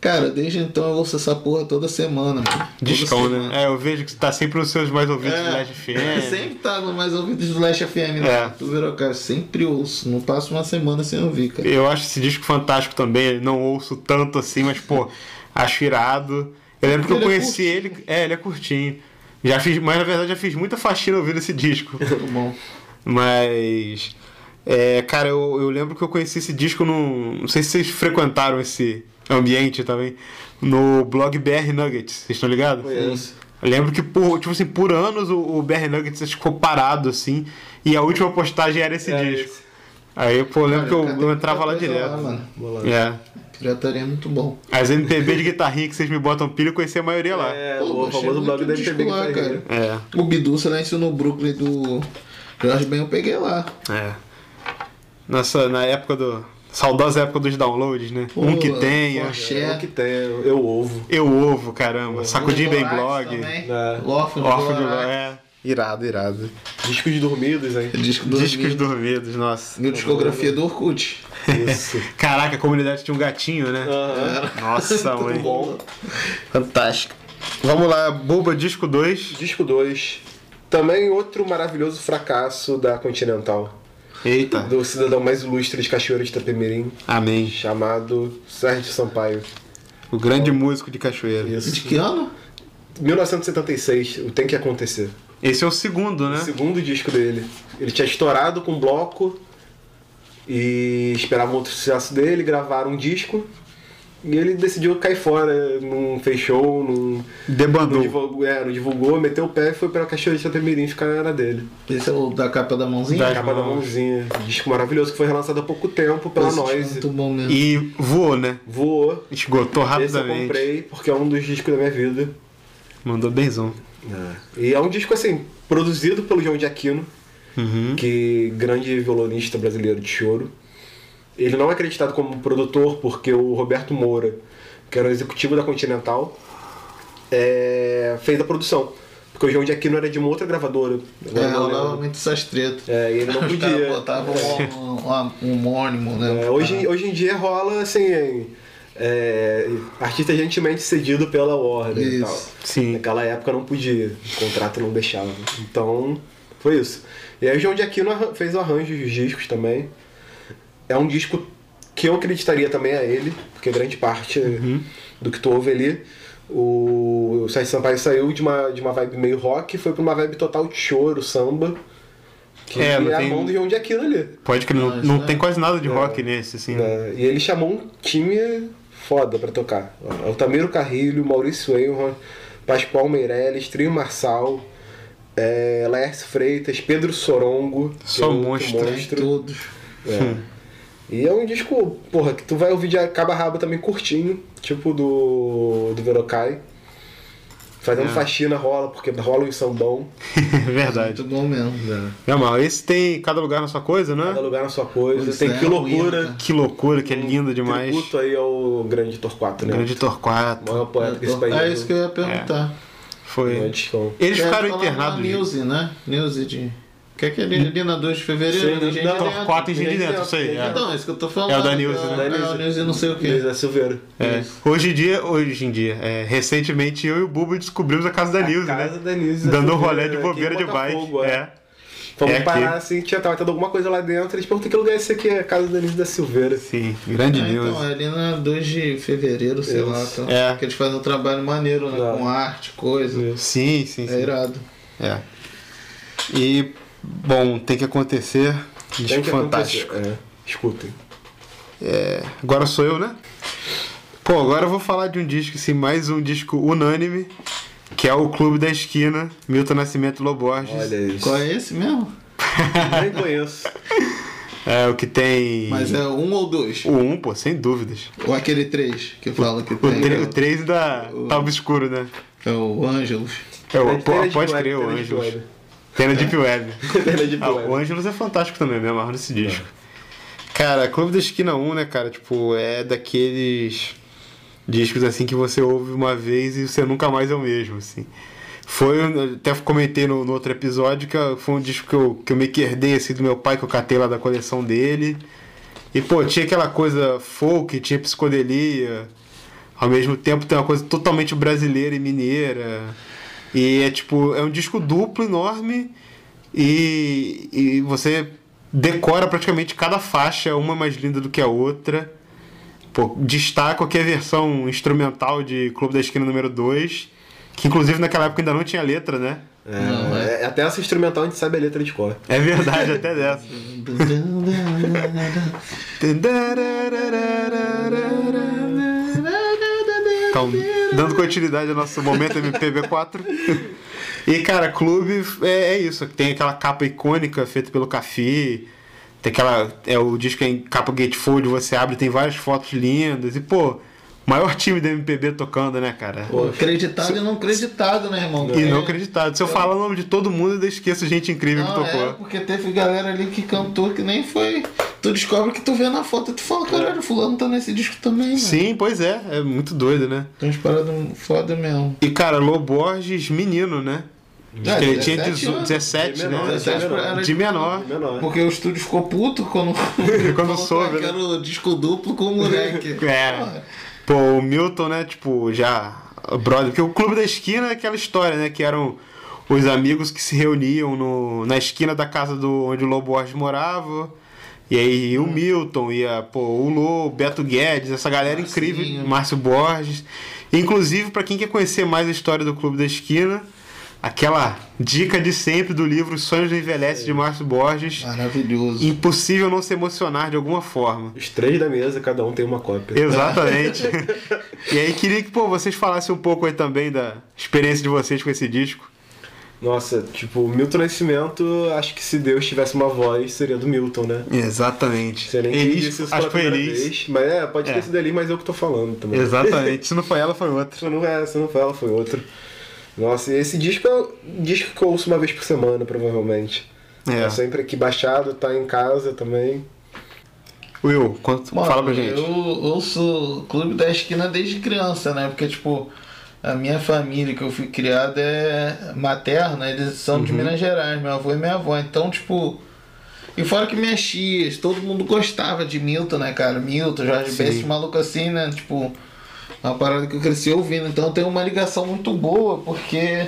S1: Cara, desde então eu ouço essa porra toda semana, mano. Toda
S2: Discão,
S1: semana.
S2: né? É, eu vejo que tá sempre nos seus mais ouvidos do Last
S1: assim, É,
S2: FM.
S1: sempre tá no mais ouvido do Last FM, né?
S2: É.
S1: Tu virou, cara, sempre ouço. Não passo uma semana sem ouvir, cara.
S2: Eu acho esse disco fantástico também, não ouço tanto assim, mas pô, acho irado. Eu lembro que eu
S1: Ele é
S2: conheci ele, é, ele é curtinho. Já fiz, mas na verdade já fiz muita faxina ouvindo esse disco.
S1: bom.
S2: É Mas. é, cara, eu, eu lembro que eu conheci esse disco no. Não sei se vocês frequentaram esse ambiente também. No blog BR Nuggets, vocês estão ligados?
S1: Conheço.
S2: Eu lembro que por, tipo assim, por anos o, o BR Nuggets ficou parado, assim, e a última postagem era esse
S3: Era
S2: disco.
S3: esse.
S2: Aí, pô, eu lembro
S1: Cara,
S2: que eu,
S1: cara,
S2: eu
S1: tem
S2: entrava lá
S1: muita coisa
S2: direto.
S1: lá, mano.
S3: Bolado.
S2: é.
S1: Pirataria é muito bom.
S2: As MPB de guitarrinha que vocês me botam pilha, eu conheci a maioria lá.
S3: É,
S1: Pô,
S3: o
S1: achei
S3: famoso blog
S1: muito
S3: da
S1: disco
S3: MPB que
S1: lá,
S3: tá aí.
S1: cara.
S2: É,
S1: O Bidu Silêncio no Brooklyn do Jorge Ben eu peguei lá.
S2: é. Nossa, na época do. Saudosa época dos downloads, né?
S1: Pô,
S2: um que tenha.
S1: Forché.
S3: É o que tem, eu ovo.
S2: Eu ovo, caramba. Sacudir bem blog.
S3: É.
S1: Órfão de
S2: Órfão de
S1: Lorax.
S2: é. Irado, irado.
S3: Discos dormidos, hein?
S1: Disco do
S2: Discos dormidos, nossa.
S1: Meu discografia é do Orkut.
S3: Isso.
S2: Caraca, a comunidade tinha um gatinho, né?
S3: Aham.
S2: Nossa, mãe.
S3: Bom.
S2: Fantástico. Vamos lá, Boba Disco 2.
S3: Disco 2. Também outro maravilhoso fracasso da Continental.
S2: Eita.
S3: Do cidadão mais ilustre de Cachoeira de Itapemirim,
S2: Amém.
S3: chamado Sérgio Sampaio.
S2: O grande músico de Cachoeira.
S1: De
S3: Isso.
S1: que ano?
S3: 1976, o Tem Que Acontecer.
S2: Esse é o segundo, né?
S3: O segundo disco dele. Ele tinha estourado com bloco e esperavam outro sucesso dele, gravaram um disco. E ele decidiu cair fora, não fez show, não, não,
S2: Debandou.
S3: divulgou, é, não divulgou, meteu o pé e foi pra Cachoeira de Itapemirim ficar na dele.
S1: Esse é o da capa da mãozinha?
S2: Das
S3: Capa da
S2: mãos.
S3: mãozinha. Disco maravilhoso que foi relançado há pouco tempo pela
S1: Esse disco é
S3: Noise.
S1: Muito bom mesmo.
S2: E voou, né?
S3: Voou.
S2: Esgotou
S3: Esse eu
S2: rapidamente.
S3: comprei porque é um dos discos da minha vida.
S2: Mandou benzão.
S3: E é um disco assim, produzido pelo João de Aquino,
S2: Uhum.
S3: que grande violonista brasileiro de choro. Ele não é acreditado como produtor porque o Roberto Moura, que era o executivo da Continental, é, fez a produção. Porque o João de Aquino era de uma outra gravadora.
S1: É,
S3: Agora eu não lembro.
S1: rolava muito essas tretas.
S3: É, e ele não
S1: Os
S3: podia.
S1: caras botavam um, um, um homônimo, né?
S3: É, hoje, hoje em dia rola assim. É, artista gentilmente cedido pela Warner e tal.
S1: Isso.
S2: Sim.
S3: Naquela época não podia, o contrato não deixava. Então, foi isso. E aí o João de Aquino arran- fez o arranjo dos discos também. É um disco que eu acreditaria também a ele, porque grande parte
S2: Uhum.
S3: do que tu ouve ali. O o Sérgio Sampaio saiu de uma, de uma vibe meio rock e foi pra uma vibe total de choro, samba. Que
S2: É,
S3: é,
S2: não
S3: a
S2: tem-
S3: mão do João de Aquino ali.
S2: Pode que não,
S1: Mas,
S2: não
S1: né?
S2: tem quase nada de rock nesse, assim.
S3: É, e ele chamou um time foda pra tocar. Altamiro Carrilho, Maurício Enron, Pascoal Meirelles, Trio Marçal, é, Laércio Freitas, Pedro Sorongo.
S2: Só
S3: que é outro
S2: monstro, hein?
S1: Todos.
S3: E é um disco, porra, que tu vai ouvir de cabo a rabo também curtinho, tipo do, do Verocai.
S2: É.
S3: Fazendo faxina rola, porque rola um sambão,
S2: Verdade.
S1: Muito bom mesmo. né?
S2: É, mas esse tem cada lugar na sua coisa,
S3: cada
S2: né?
S3: lugar na sua coisa.
S1: Pois
S3: Tem
S1: é,
S3: que loucura.
S1: ruim,
S2: Que loucura, que é lindo demais.
S3: Tributo aí ao grande Torquato, né?
S2: Grande
S3: O
S2: Torquato.
S3: maior poeta desse país.
S1: É isso que eu ia perguntar.
S2: Foi.
S3: Antes,
S2: É. Eles
S1: É,
S2: ficaram
S1: tava
S2: internados.
S1: Na
S2: gente.
S1: Nilze, né? Nilze de. Que é aquele ali na 2 de fevereiro?
S3: Sim,
S1: né? Gente
S3: não,
S1: dentro.
S2: Torquato e Gini dentro, isso aí. é.
S1: Então, é isso que eu tô falando.
S2: É o da Nilze, né?
S1: É o Nilze não sei o
S3: Luiz
S1: que.
S3: da Silveira.
S2: É, Hoje em dia, hoje em dia, é, recentemente eu e o Bubo descobrimos a casa da Nilza,
S3: casa
S2: né?
S3: da Nilza
S2: Dando um
S3: Silveira,
S2: rolê de
S3: aqui em
S2: bobeira de bike.
S3: Botafogo, é.
S2: é.
S3: Fomos
S2: É aqui.
S3: parar assim, tinha tava tendo alguma coisa lá dentro. Eles perguntam que lugar é esse aqui, é a casa da Nilza da Silveira.
S2: Sim, grande
S1: Ah,
S2: Nilza.
S1: então, é ali na 2 de fevereiro, sei lá.
S3: Isso.
S1: Então,
S2: É.
S1: Que eles fazem um trabalho maneiro, né?
S3: Tá.
S1: Com arte, coisa.
S2: Sim, sim,
S1: É
S2: sim.
S1: irado.
S2: É. E, bom, tem que acontecer. Disco
S3: Tem que acontecer.
S2: fantástico.
S3: É, escutem.
S2: Agora sou eu, né? Pô, agora eu vou falar de um disco, assim, mais um disco unânime, que é o Clube da Esquina, Milton Nascimento Loborges.
S3: Olha isso.
S1: Qual é esse mesmo?
S3: Nem conheço.
S2: É, o que tem.
S1: Mas é um ou dois?
S2: O 1, pô, sem dúvidas.
S1: Ou aquele três que fala que
S2: O
S1: tem.
S2: tre-
S1: é
S2: O 3 da Tá Obscuro, né?
S1: É o Ângelos.
S2: É, o, pô,
S3: Pena de
S2: pode
S3: Web,
S2: crer, o
S3: Pena de
S2: Ângelos.
S3: Web.
S2: Pena Deep Web.
S3: Pena de
S2: Ah,
S3: Web. É.
S2: o Ângelos é fantástico também, me amarro nesse disco. Cara, Clube da Esquina 1, né, cara? Tipo, é daqueles discos assim que você ouve uma vez e você nunca mais é o mesmo, assim. Foi, um- até comentei no, no outro episódio que eu- foi um disco que eu, que eu meio que herdei assim, do meu pai, que eu catei lá da coleção dele. E pô, tinha aquela coisa folk, tinha psicodelia. Ao mesmo tempo tem uma coisa totalmente brasileira e mineira. E é tipo, é um disco duplo enorme e, e você decora praticamente cada faixa, uma mais linda do que a outra. Pô, destaco aqui a versão instrumental de Clube da Esquina número 2, Que inclusive naquela época ainda não tinha letra, né?
S3: É, é- até essa instrumental a gente sabe a letra de cor.
S2: É verdade, até dessa. Então, dando continuidade ao nosso momento MPB4. E, cara, clube é, é isso. Tem aquela capa icônica feita pelo Cafi. Tem aquela. É o disco em capa gatefold, você abre, tem várias fotos lindas. E, pô, maior time do MPB tocando, né, cara?
S1: Acreditado e não acreditado, né, irmão?
S2: E não acreditado. Se eu falar o nome de todo mundo, eu ainda esqueço gente incrível
S1: Não,
S2: que tocou.
S1: é, porque teve galera ali que cantou que nem foi. Tu descobre que tu vê na foto e tu fala, caralho, fulano tá nesse disco também, mano.
S2: Sim, pois é. É muito doido, né?
S1: Tem umas paradas foda mesmo.
S2: E, cara, Lô Borges, menino, né? Acho
S1: É,
S2: que ele tinha
S1: 17
S2: 18,
S1: anos.
S2: 17,
S1: De
S2: né?
S1: menor, 17 era
S2: de menor.
S1: Porque o estúdio ficou puto quando,
S2: Quando soube, né?
S1: Que era o disco duplo com o moleque.
S2: É. Pô, o Milton, né? Tipo, já. Brother. Porque o Clube da Esquina é aquela história, né? Que eram os amigos que se reuniam no, na esquina da casa do, onde o Lobo Borges morava. E aí o
S1: É.
S2: Milton, ia, pô, o Lô, o Beto Guedes, essa galera incrível, Márcio Borges. Inclusive, pra quem quer conhecer mais a história do Clube da Esquina, aquela dica de sempre do livro Sonhos do Envelhece de Márcio Borges.
S1: Maravilhoso.
S2: Impossível não se emocionar de alguma forma.
S3: Os três da mesa, cada um tem uma cópia.
S2: Exatamente. e aí queria que pô, vocês falassem um pouco aí também da experiência de vocês com esse disco.
S3: Nossa, tipo, o Milton Nascimento, acho que se Deus tivesse uma voz, seria do Milton, né?
S2: Exatamente.
S3: Seria quem
S2: Elis,
S3: disse isso
S2: acho
S3: pela
S2: que foi
S3: primeira
S2: Elis.
S3: vez. Mas é, pode
S2: É.
S3: ter sido ali, mas eu que tô falando também.
S2: Exatamente. Se não foi ela, foi outra.
S3: Se não, é, se não foi ela, foi outro. Nossa, e esse disco é um disco que eu ouço uma vez por semana, provavelmente.
S2: É.
S3: sempre aqui baixado, tá em casa também.
S2: Will, quanto,
S1: Mano,
S2: fala pra gente.
S1: Eu ouço Clube da Esquina desde criança, né? Porque, tipo, a minha família que eu fui criada é materna, eles são
S2: Uhum.
S1: de Minas Gerais, meu avô e minha avó. Então, tipo. E fora que minhas tias, todo mundo gostava de Milton, né, cara? Milton, Jorge Ben, esse maluco assim, né? Tipo, uma parada que eu cresci ouvindo. Então tem uma ligação muito boa, porque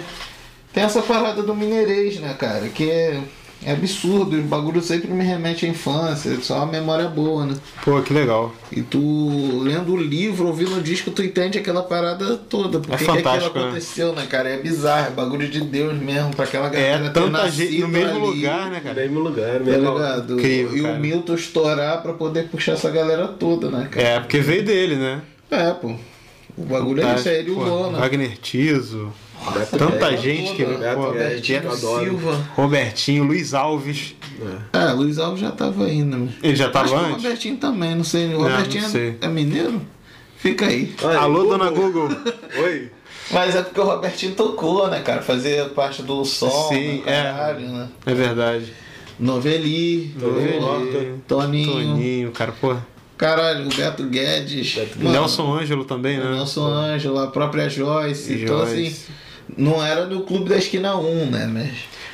S1: tem essa parada do mineirês, né, cara? Que é, é absurdo, o bagulho sempre me remete à infância, só uma memória boa, né?
S2: Pô, que legal.
S1: E tu lendo o livro, ouvindo o disco, tu entende aquela parada toda. Por
S2: É
S1: que que aquilo
S2: fantástico, né?
S1: aconteceu, né, cara? É bizarro, é bagulho de Deus mesmo, pra aquela galera
S2: É,
S1: ter
S2: tanta
S1: nascido
S2: gente no mesmo
S1: ali,
S2: lugar, né, cara?
S3: Mesmo É lugar,
S1: Tá
S3: mesmo.
S1: ligado?
S2: Incrível,
S1: e
S2: cara.
S1: o Milton estourar pra poder puxar essa galera toda, né, cara?
S2: É, porque veio dele, né? Tá,
S1: É, pô. O bagulho é isso, é ele É, e o
S2: Pô,
S1: Lona.
S2: Wagner Tiso.
S3: Beto
S2: Tanta
S3: Guedes.
S2: gente que veio.
S1: né?
S3: Beto
S2: pô,
S1: É,
S3: Guedes,
S2: Beto-
S3: eu adoro.
S1: Silva.
S2: Robertinho, Luiz Alves.
S1: É, Luiz Alves já tava indo. né?
S2: Ele já tava
S1: Acho que o
S2: antes?
S1: Robertinho também, não sei. O
S2: não
S1: Robertinho é-
S2: sei.
S1: é mineiro? Fica aí.
S3: Ai,
S2: Alô, dona Google.
S3: Oi.
S1: Mas é porque o Robertinho tocou, né, cara? Fazer parte do som,
S2: Sim,
S1: né, caralho, né?
S2: É verdade.
S1: Noveli,
S3: Noveli,
S1: Lorca, Toninho,
S2: Toninho, cara, pô.
S1: caralho, o Beto Guedes, mano,
S2: Nelson Ângelo também, né?
S1: Nelson Ângelo, a própria Joyce,
S2: E
S1: então
S2: Joyce.
S1: assim, não era do Clube da Esquina 1, né, mas...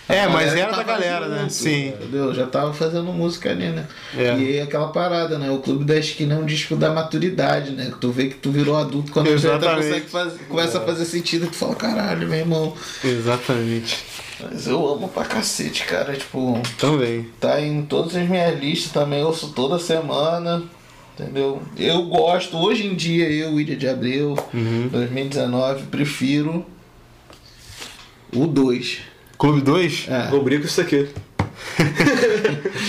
S2: É,
S1: a
S2: mas
S1: galera
S2: era da
S1: tava
S2: galera, né? Sim.
S1: Entendeu? Já tava fazendo música ali, né?
S2: É.
S1: E aí aquela parada, né? O Clube da Esquina é um disco da maturidade, né? Tu vê que tu virou adulto quando tu já
S2: Exatamente.
S1: consegue fazer, começa a fazer sentido, tu fala, caralho, meu irmão.
S2: Exatamente.
S1: Mas eu amo pra cacete, cara. Tipo,
S2: Também.
S1: tá em todas as minhas listas também, eu ouço toda semana. Entendeu? Eu gosto, hoje em dia, eu, Ilha de Abreu, 2019, prefiro o 2.
S2: Clube 2?
S1: É.
S3: Rubrica isso aqui.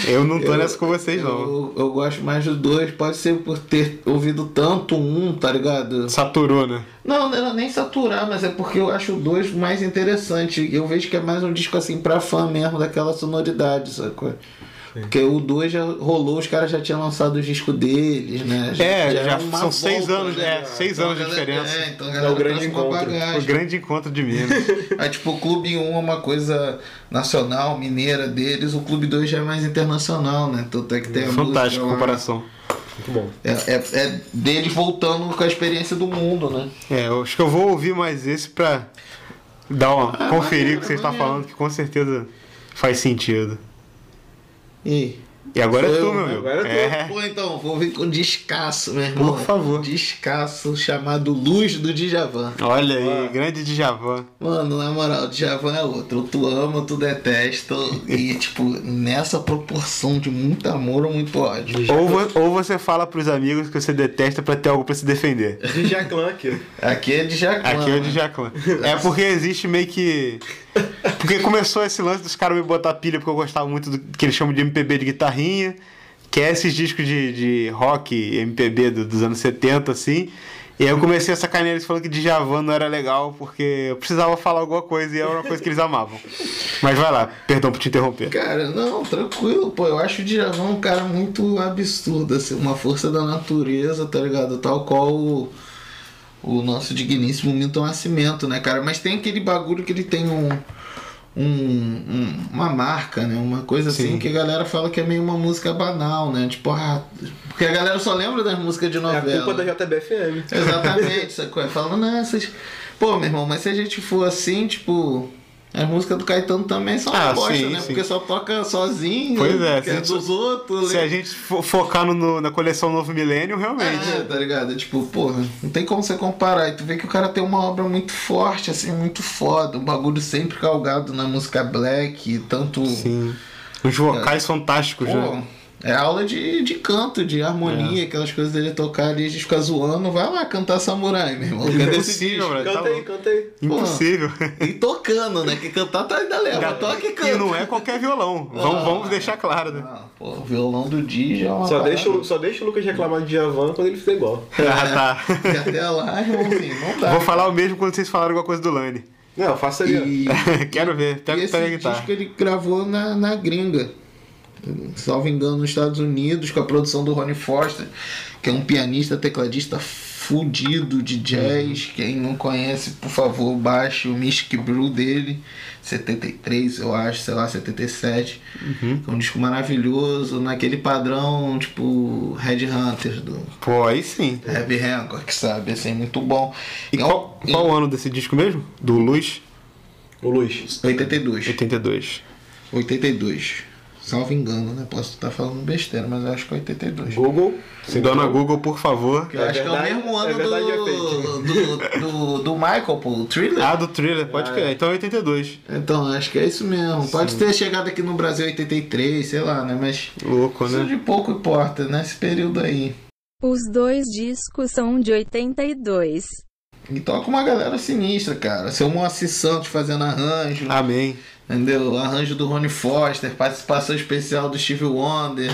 S2: Eu não tô nessa com vocês, não.
S1: Eu, eu gosto mais do 2, pode ser por ter ouvido tanto um, tá ligado?
S2: Saturou, né?
S1: Não, não era nem saturar, mas é porque eu acho o 2 mais interessante. Eu vejo que é mais um disco assim pra fã mesmo daquela sonoridade, sacou? Porque o 2 já rolou, os caras já tinham lançado o disco deles, né?
S2: É, já
S1: era uma
S2: são seis anos, é,
S1: cara?
S2: seis
S1: Então a
S2: anos de
S1: galera-
S2: diferença.
S1: É, então a galera
S3: o grande
S1: traz uma
S3: encontro.
S1: bagagem.
S2: O grande encontro de Minas.
S1: Aí, tipo, o Clube 1 é uma coisa nacional, mineira deles, o Clube 2 já é mais internacional, né? Tanto é que tem a
S2: Fantástica
S1: música lá.
S2: comparação.
S3: Muito bom.
S1: É, é, é deles voltando com a experiência do mundo, né?
S2: É, eu acho que eu vou ouvir mais esse pra dar uma conferir o que você
S1: Ah, maneiro,
S2: está
S1: maneiro.
S2: falando, que com certeza faz sentido.
S1: E aí?
S2: E agora
S1: Sou
S2: é tu,
S1: eu,
S2: meu
S1: né?
S2: amigo.
S1: Agora
S2: é.
S1: Pô, então, vou vir com um descasso, meu irmão.
S2: Por favor.
S1: Descasso chamado Luz do Djavan.
S2: Olha aí, grande Djavan.
S1: Mano, na moral, Djavan é outro. Tu ama, tu detesta. E, tipo, nessa proporção de muito amor ou muito ódio.
S2: Ou, vo- ou você fala pros amigos que você detesta pra ter algo pra se defender.
S3: Djavan aqui.
S1: Aqui é Djavan.
S2: Aqui é o
S1: né?
S2: Djavan. É porque existe meio que. Porque começou esse lance dos caras me botar pilha porque eu gostava muito do que eles chamam de MPB de guitarrinha, que é esses discos de, de rock, MPB do- dos anos 70, assim. E aí eu comecei a sacanear eles falando que Djavan não era legal porque eu precisava falar alguma coisa e era uma coisa que eles amavam. Mas vai lá, perdão por te interromper.
S1: Cara, não, tranquilo, pô. Eu acho o Djavan um cara muito absurdo, assim, uma força da natureza, tá ligado? Tal qual o, o nosso digníssimo Milton Nascimento, né, cara? Mas tem aquele bagulho que ele tem um. um- um- uma marca, né? Uma coisa assim
S2: Sim.
S1: que a galera fala que é meio uma música banal, né? Tipo, ah, porque a galera só lembra das músicas de
S3: É a
S1: novela.
S3: culpa da JBFM.
S1: Exatamente, sacou? Aí Falando, não, essas. Pô, meu irmão, mas se a gente for assim, tipo. A música do Caetano também só uma
S2: Ah,
S1: bosta,
S2: sim,
S1: né?
S2: sim.
S1: Porque só toca sozinho,
S2: Pois é,
S1: que
S2: se a
S1: é
S2: gente-
S1: dos outros,
S2: Se
S1: né?
S2: a gente fo- focar no- no- na coleção Novo Milênio, realmente.
S1: É, tá ligado? É Tipo, porra, não tem como você comparar. E tu vê que o cara tem uma obra muito forte, assim, muito foda. Um bagulho sempre calgado na música black, tanto.
S2: Sim. Os vocais fantásticos,
S1: Pô,
S2: né?
S1: é aula de, de canto, de
S2: É.
S1: harmonia, aquelas coisas dele tocar ali, a gente fica zoando. Vai lá cantar samurai, meu irmão. é Cadê esse
S2: Impossível, velho. tá
S3: Canta aí,
S2: louco.
S3: canta aí.
S2: Impossível.
S1: E tocando, né? Que cantar tá ainda leva. Toca e
S2: E
S1: canta.
S2: não é qualquer violão. Vamos, vamos deixar claro, né?
S1: Ah, pô, o violão do Dija é uma
S3: Só
S1: parada
S3: deixa, o, só deixa o Lucas reclamar de Djavan quando ele fizer igual.
S2: Ah,
S1: que até lá, irmãozinho, não dá.
S2: tá. Vou falar o mesmo quando vocês falaram alguma coisa do Lani.
S3: Não, faça ele.
S1: E,
S2: Quero ver.
S1: e
S2: Pega, pega a
S1: esse
S2: Tá, guitarra.
S1: disco ele gravou na, na gringa. Salvo engano, nos Estados Unidos, com a produção do Ronnie Foster, que é um pianista, tecladista fudido de
S2: Uhum.
S1: jazz. Quem não conhece, por favor, baixe o Mystic Brew dele, 73, eu acho, sei lá, 77.
S2: Uhum.
S1: É um disco maravilhoso, naquele padrão, tipo, Red Hunter do
S2: Pô, aí sim.
S1: Herbie Hancock, sabe? Assim, muito bom.
S2: E
S1: É um-
S2: qual, qual o ano desse disco mesmo? Do Luz?
S3: O Luiz.
S1: 82.
S2: 82.
S1: 82. Salvo engano, né? Posso estar falando besteira, mas eu acho que é 82.
S3: Google.
S2: Dona Google, por favor.
S1: Eu
S3: É
S1: acho que é
S3: verdade,
S1: o mesmo
S3: é
S1: ano
S3: verdade, é
S1: do, do, do, do Michael, pô, o Thriller.
S2: Ah, do thriller, pode crer. Então é 82.
S1: Então, acho que é isso mesmo. Pode ter chegado aqui no Brasil em 83, sei lá, né? Mas
S2: Louco,
S1: isso
S2: né?
S1: de pouco importa, nesse período aí.
S8: Os dois discos são de 82.
S1: E toca uma galera sinistra, cara. Seu Moacir Santos fazendo arranjo,
S2: Amém.
S1: entendeu? Arranjo do Rony Foster, participação especial do Steve Wonder.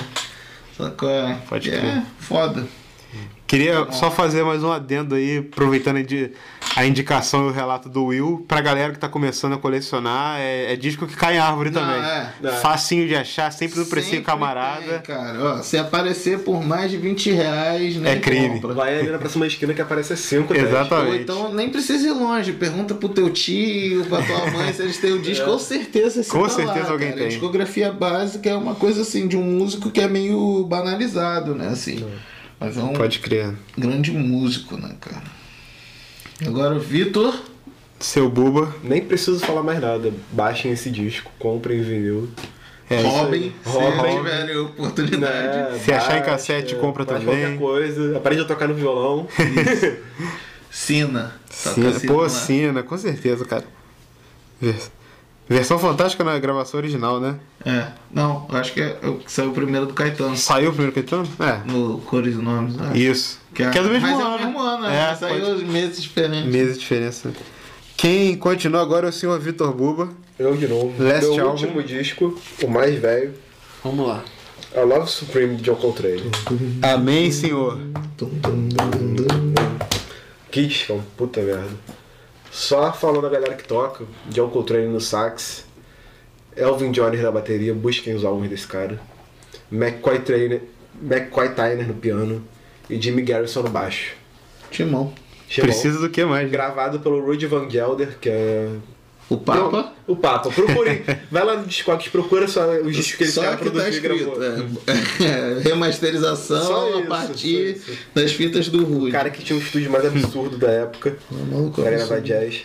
S1: Sacou?
S2: Pode
S1: é,
S2: crer.
S1: foda. É.
S2: Queria só fazer mais um adendo aí, aproveitando a indi- a indicação e o relato do Will, pra galera que tá começando a colecionar, é, é disco que cai em árvore
S1: Não,
S2: também.
S1: é.
S3: É.
S2: Facinho de achar, sempre no precinho
S1: Sempre tem,
S2: camarada.
S1: cara, ó, se aparecer por mais de 20 reais, nem
S2: É crime.
S1: compra.
S3: Vai ali na próxima esquina que aparece 5,
S1: Ou
S2: Exatamente.
S1: então nem precisa ir longe, pergunta pro teu tio, pra tua mãe se eles têm o
S3: É.
S1: disco, com certeza esse
S2: Com
S1: tá lá,
S2: certeza alguém
S1: cara.
S2: tem.
S1: A discografia básica é uma coisa assim de um músico que é meio banalizado, né, assim. Mas é um
S2: Pode crer.
S1: grande músico, né, cara. Agora o Vitor,
S2: Seu Buba.
S3: Nem preciso falar mais nada. Baixem esse disco, comprem vinil.
S2: É isso aí.
S1: Robin, se
S3: Robin.
S1: tiverem oportunidade.
S3: Né,
S2: Se achar em
S3: baixa,
S2: cassete, compra
S3: faz
S2: também.
S3: qualquer coisa. Aprende a tocar no violão.
S1: Sina. toca
S2: Sina. Pô,
S1: lá.
S2: Sina, com certeza, cara. Vers- Versão fantástica na gravação original, né?
S1: É. Não, eu acho que é o que saiu primeiro do Caetano.
S2: Saiu o primeiro Caetano? É.
S1: no Cores e Nomes. Né?
S2: Isso. Que é, do mesmo
S1: mas
S2: ano.
S1: É o mesmo ano, né?
S2: é,
S1: Saiu
S2: pode...
S1: os meses diferentes.
S2: Meses de diferença. Quem continua agora é o senhor Vitor Buba.
S3: Eu de novo.
S2: Last
S3: Meu
S2: album.
S3: último disco, o mais velho.
S2: Vamos lá.
S3: A Love Supreme de John Coltrane.
S2: Amém, senhor.
S3: Kiss, que é um puta merda. Só falando a galera que toca, John Coltrane no sax, Elvin Jones na bateria, busquem os álbuns desse cara. McCoy Trainer, McCoy Tyner no piano e Jimmy Garrison no baixo.
S1: Timão.
S3: Chegou.
S2: Precisa do que mais? né?
S3: Gravado pelo Rudy Van Gelder, que é.
S1: O Papa.
S3: Não, o Papa. Procurem. Vai lá no Discogs, procura só os discos que ele
S1: só
S3: tá
S1: que tá
S3: produzindo e
S1: escrito.
S3: gravou.
S1: é, remasterização
S3: Só
S1: a
S3: isso,
S1: partir
S3: só isso.
S1: das fitas do Rude.
S3: O cara que tinha um estúdio mais absurdo da época
S1: O maluco
S3: pra
S1: é
S3: gravar
S1: absurdo.
S3: jazz.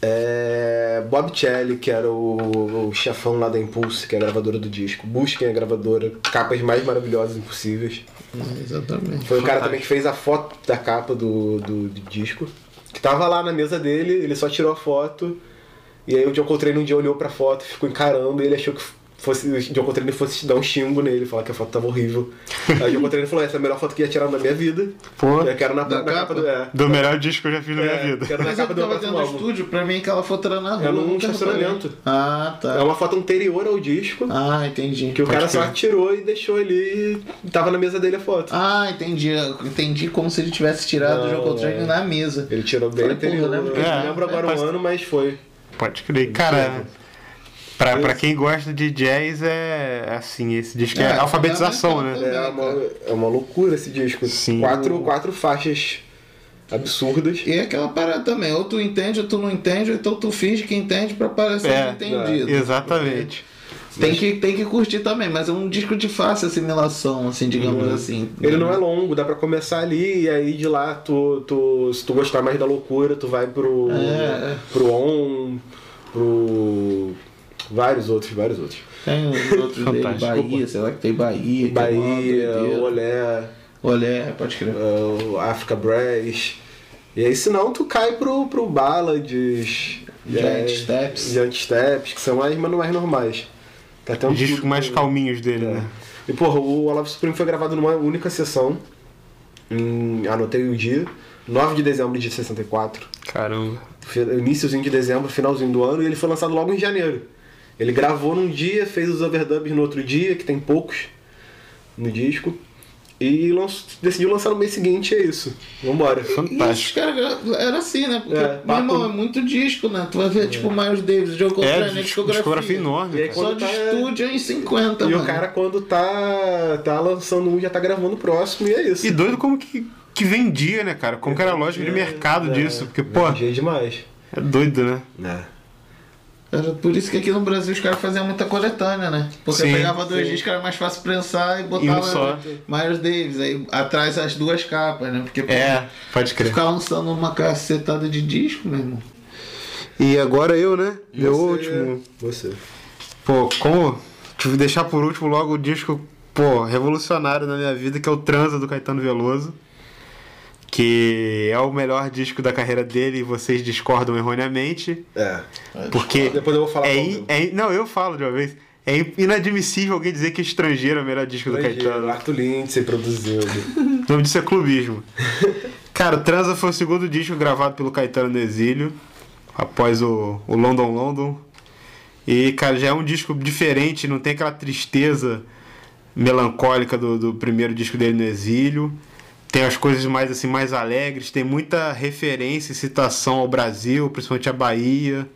S3: É, Bob Chelli, que era o, o chefão lá da Impulse, que é a gravadora do disco. Busquem a gravadora, capas mais maravilhosas impossíveis.
S1: Exatamente.
S3: Foi o cara também que fez a foto da capa do, do, do disco. Que tava lá na mesa dele, ele só tirou a foto. E aí o John Coltrane um dia olhou pra foto, ficou encarando e ele achou que fosse, o John Coltrane fosse dar um xingo nele, falar que a foto tava horrível. aí o John Coltrane falou, essa é a melhor foto que já tiraram da minha vida.
S2: Pô,
S3: eu quero na,
S1: da
S3: na capa do... É,
S2: Do melhor disco que eu já fiz na
S3: é,
S2: minha vida.
S3: Quero na
S1: Mas eu
S3: capa do meu
S1: tava dentro
S3: próximo
S1: do
S3: álbum.
S1: estúdio, pra mim aquela foto era na rua.
S3: É num
S1: nunca reparei.
S3: estacionamento.
S1: Ah,
S3: É
S1: tá.
S3: uma foto anterior ao disco.
S1: Ah, entendi.
S3: Que o cara só
S2: crer.
S3: tirou e deixou ali. Tava na mesa dele a foto.
S1: Ah, entendi. Eu Entendi como se ele tivesse tirado o
S3: Não,
S1: John Coltrane
S3: é.
S1: na mesa.
S3: Ele tirou bem
S1: Falei,
S3: anterior.
S1: porra,
S3: Eu
S1: lembra
S2: que-
S3: não
S2: É,
S3: lembro agora
S2: parece-
S3: o ano, mas foi.
S2: Pode crer. Cara, pra, pra quem gosta de jazz, é é assim, esse disco é,
S1: É,
S2: alfabetização, né?
S1: também.
S3: É uma, é uma loucura esse disco.
S2: Sim.
S3: Quatro, quatro faixas absurdas.
S1: E é aquela parada também, ou tu entende ou tu não entende, ou então tu finge que entende pra parecer
S2: É,
S1: entendido.
S2: Exatamente.
S1: Tem que, tem que curtir também, mas é um disco de fácil assimilação, assim, digamos assim.
S3: Ele não é longo, dá pra começar ali e aí de lá tu, tu se tu gostar mais da loucura, tu vai pro
S1: É.
S3: pro on, pro vários outros, vários outros.
S1: Tem os outros dele,
S2: Fantástico.
S1: Bahia, será que tem Bahia? que é uma
S3: Bahia,
S1: doideira.
S3: Olé,
S1: Olé, pode crer.
S3: uh, o Africa Brass. E aí, senão, tu cai pro, pro ballads.
S1: Giant
S3: é,
S1: Steps.
S3: Giant Steps, que são as mas não mais normais. Tá até um
S2: Os discos
S3: pouco-
S2: mais calminhos dele, né?
S3: E porra, o Olavo Supremo foi gravado numa única sessão. Em, anotei o dia. 9 de dezembro de 64.
S2: Caramba.
S3: Fe- Iníciozinho de dezembro, finalzinho do ano. E ele foi lançado logo em janeiro. Ele gravou num dia, fez os overdubs no outro dia, que tem poucos no disco. E lanç- decidiu lançar no mês seguinte, é isso. Vambora.
S1: E os
S2: Fantástico.
S1: caras gra- era assim, né? Porque,
S3: É,
S1: meu
S3: papo- É.
S1: irmão, é muito disco, né? Tu vai ver, tipo, Miles Davis, John Coltrane,
S2: É,
S1: a
S2: disco- discografia enorme.
S3: E aí,
S2: cara.
S1: Só de
S3: Quando tá-
S1: estúdio é em 50,
S3: E
S1: mano.
S3: o cara quando tá, tá lançando um, já tá gravando o próximo e é isso.
S2: E doido como que, que vendia, né, cara? Como que era a lógica de mercado
S3: É,
S2: disso? Porque, pô,
S3: Dia demais.
S2: é doido, né?
S3: Né?
S1: Era por isso que aqui no Brasil os caras faziam muita coletânea, né? Porque
S2: Sim, um
S1: pegava dois discos, era mais fácil prensar e botava
S2: só.
S1: Miles Davis, aí atrás as duas capas, né? Porque pô,
S2: É, pode crer.
S1: ficar lançando uma cacetada de disco, meu irmão.
S2: E agora eu, né? Meu último.
S3: Você.
S2: Pô, como tive que deixar por último logo o disco, pô, revolucionário na minha vida, que é o Transa do Caetano Veloso. Que é o melhor disco da carreira dele e vocês discordam erroneamente.
S3: É.
S2: Porque.
S3: Depois eu vou falar
S2: é
S3: qual
S2: in-
S3: meu.
S2: é in- Não, eu falo de uma vez. É in- inadmissível alguém dizer que estrangeiro é o melhor disco do Caetano.
S3: Estrangeiro, Arthur Lindsay produzindo.
S2: O nome disso é clubismo. Cara, o Transa foi o segundo disco gravado pelo Caetano no exílio, após o, o London London. E, cara, já é um disco diferente, não tem aquela tristeza melancólica do, do primeiro disco dele no exílio. Tem as coisas mais assim mais alegres, tem muita referência e citação ao Brasil, principalmente à Bahia.